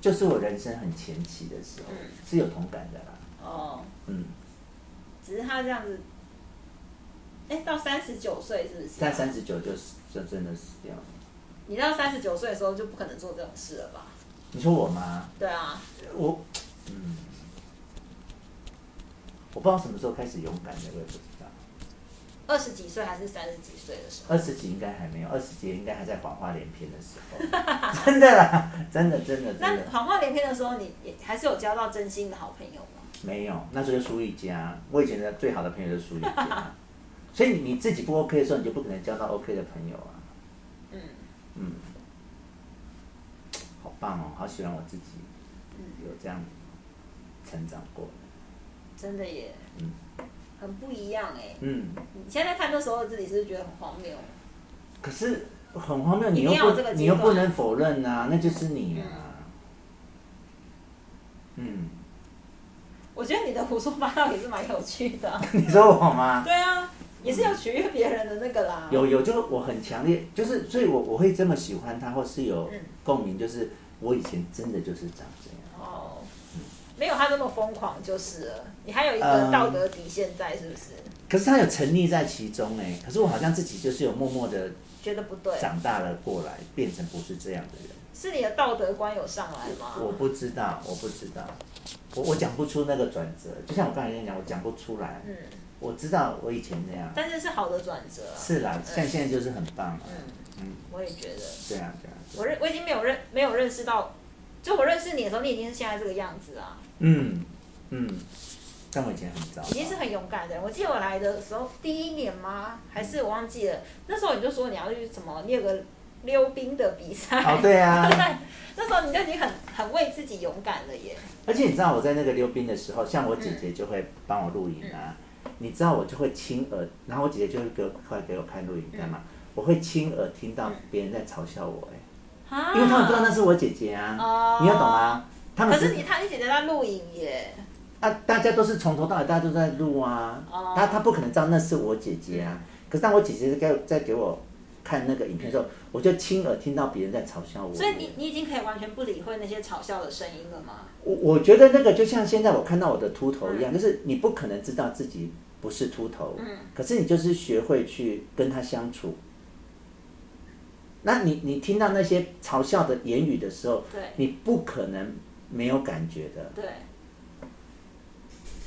就是我人生很前期的时候，
嗯
是有同感的啦。
哦，
嗯，
只是他这样子，哎，到三十九岁是不是啊？
但三十九就是就真的死掉了。
你到三十九岁的时候就不可能做这种事了吧？
你说我吗？
对啊，
我，嗯，我不知道什么时候开始勇敢的，我也不知道。
二十几岁还是三十几岁的时候？
二十几应该还没有，二十几应该还在谎话连篇的时 候。真的啦，真的真的呃真
那
的
谎话连篇的时候，你也还是有交到真心的好朋友吗？
没有，那时候就苏一家，我以前的最好的朋友就是苏一家。所以你自己不 OK 的时候，你就不可能交到 OK 的朋友啊。
嗯
嗯，好棒哦，好喜欢我自己
嗯，
有这样成长过。
真的耶，
嗯
很不一样哎。
嗯，
你现在看那时候的自己，是不是觉得很荒谬？
可是很荒谬，
一
你
定
又
要有这
不
个
你
阶
又
段
不能否认啊，那就是你啊。嗯，
我觉得你的胡说八道也是蛮有趣的啊、
你说我吗？
对啊，也是要取悦别人的那个啦。
有有，就我很强烈，就是所以我，我会这么喜欢他，或是有
嗯
共鸣，就是我以前真的就是长这样。
哦，没有他那么疯狂就是了。你还有一
嗯
个道德底线在，是不是？
可是他有沉溺在其中哎、可是我好像自己就是有默默的
觉得不对，
长大了过来，变成不是这样的人。
是你的道德观有上来吗？
我不知道，我不知道，我我讲不出那个转折。就像我刚才跟你讲，我讲不出来。
嗯，
我知道我以前那样。
但是是好的转折啊。
是啦，像现在就是很棒啊。
嗯，
嗯，
我也觉得，
对啊，对啊。对啊
我认我已经没有认没有认识到，就我认识你的时候，你已经是现在这个样子啊，
嗯嗯，但我以前很糟糕。
已经是很勇敢的人。我记得我来的时候，第一年吗？还是我忘记了？那时候你就说你要去什么，你有个溜冰的比赛。
哦，对啊。
对， 那时候你就已经很很为自己勇敢了耶。
而且你知道我在那个溜冰的时候，像我姐姐就会帮我录影啊，
嗯
你知道我就会亲耳，然后我姐姐就会给我快给我看录影干
嗯
嘛？我会亲耳听到别人在嘲笑我、哎、
啊
因为他们不知道那是我姐姐啊，
哦
你要懂吗？他们
可
只
是你他你姐姐在录影耶，
啊，大家都是从头到尾，大家都在录啊。
哦
他他不可能知道那是我姐姐啊。可是当我姐姐在在给我看那个影片的时候，我就亲耳听到别人在嘲笑我。
嗯所以你你已经可以完全不理会那些嘲笑的声音了吗？
我我觉得那个就像现在我看到我的秃头一样，就是你不可能知道自己不是秃头，
嗯
可是你就是学会去跟他相处。那你你听到那些嘲笑的言语的时候，
对
你不可能没有感觉的。
对。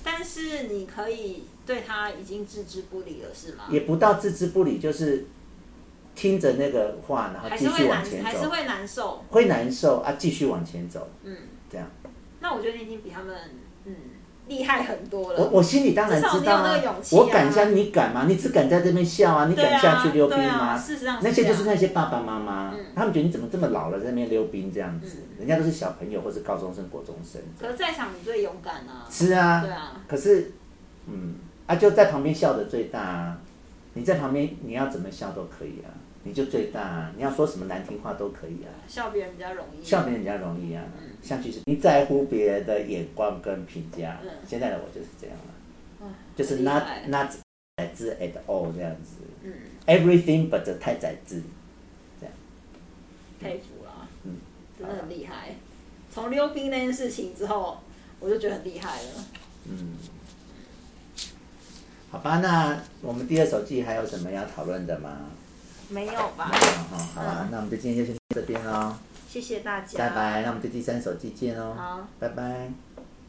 但是你可以对他已经置之不理了，是吗？
也不到置之不理，就是听着那个话，然后
还
继
是
续
会
往
难，
前
还是
走，
会难受。
会难受啊，继续往前走，
嗯，
这样。
那我觉得你已经比他们嗯厉害很多了。
我我心里当然知道
呃至少你有那个勇气啊
我敢像你敢吗？你只敢在这边笑啊，你
对
敢
啊
下去溜冰
对
吗？
啊嗯事实上是
那些就是
这
那
样
些爸爸妈妈，他们觉得你怎么这么老了在那边溜冰这样子，
嗯
人家都是小朋友或是高中生、国中生。
可是在场你最勇敢啊。
是啊，
对啊，
可是，嗯，啊就在旁边笑的最大啊，你在旁边你要怎么笑都可以啊，你就最大啊，你要说什么难听话都可以啊。
笑别人比较容易。
笑别人比较容易啊，
嗯
像其实你在乎别人的眼光跟评价
嗯，
现在的我就是这样了，
嗯
就是 not
很厉害
not 宰制 at all 这样子
嗯，
，everything but 太宰制，
佩服啦，
嗯
真的很厉害。从溜冰那件事情之后，我就觉得很厉害了。
嗯，好吧，那我们第二手记还有什么要讨论的吗？
没有吧
没？有哈，好啊，
嗯
那我们就今天就先到这边喽，
谢谢大家，
拜。拜，那我们就第三手记见喽，
好，
拜拜。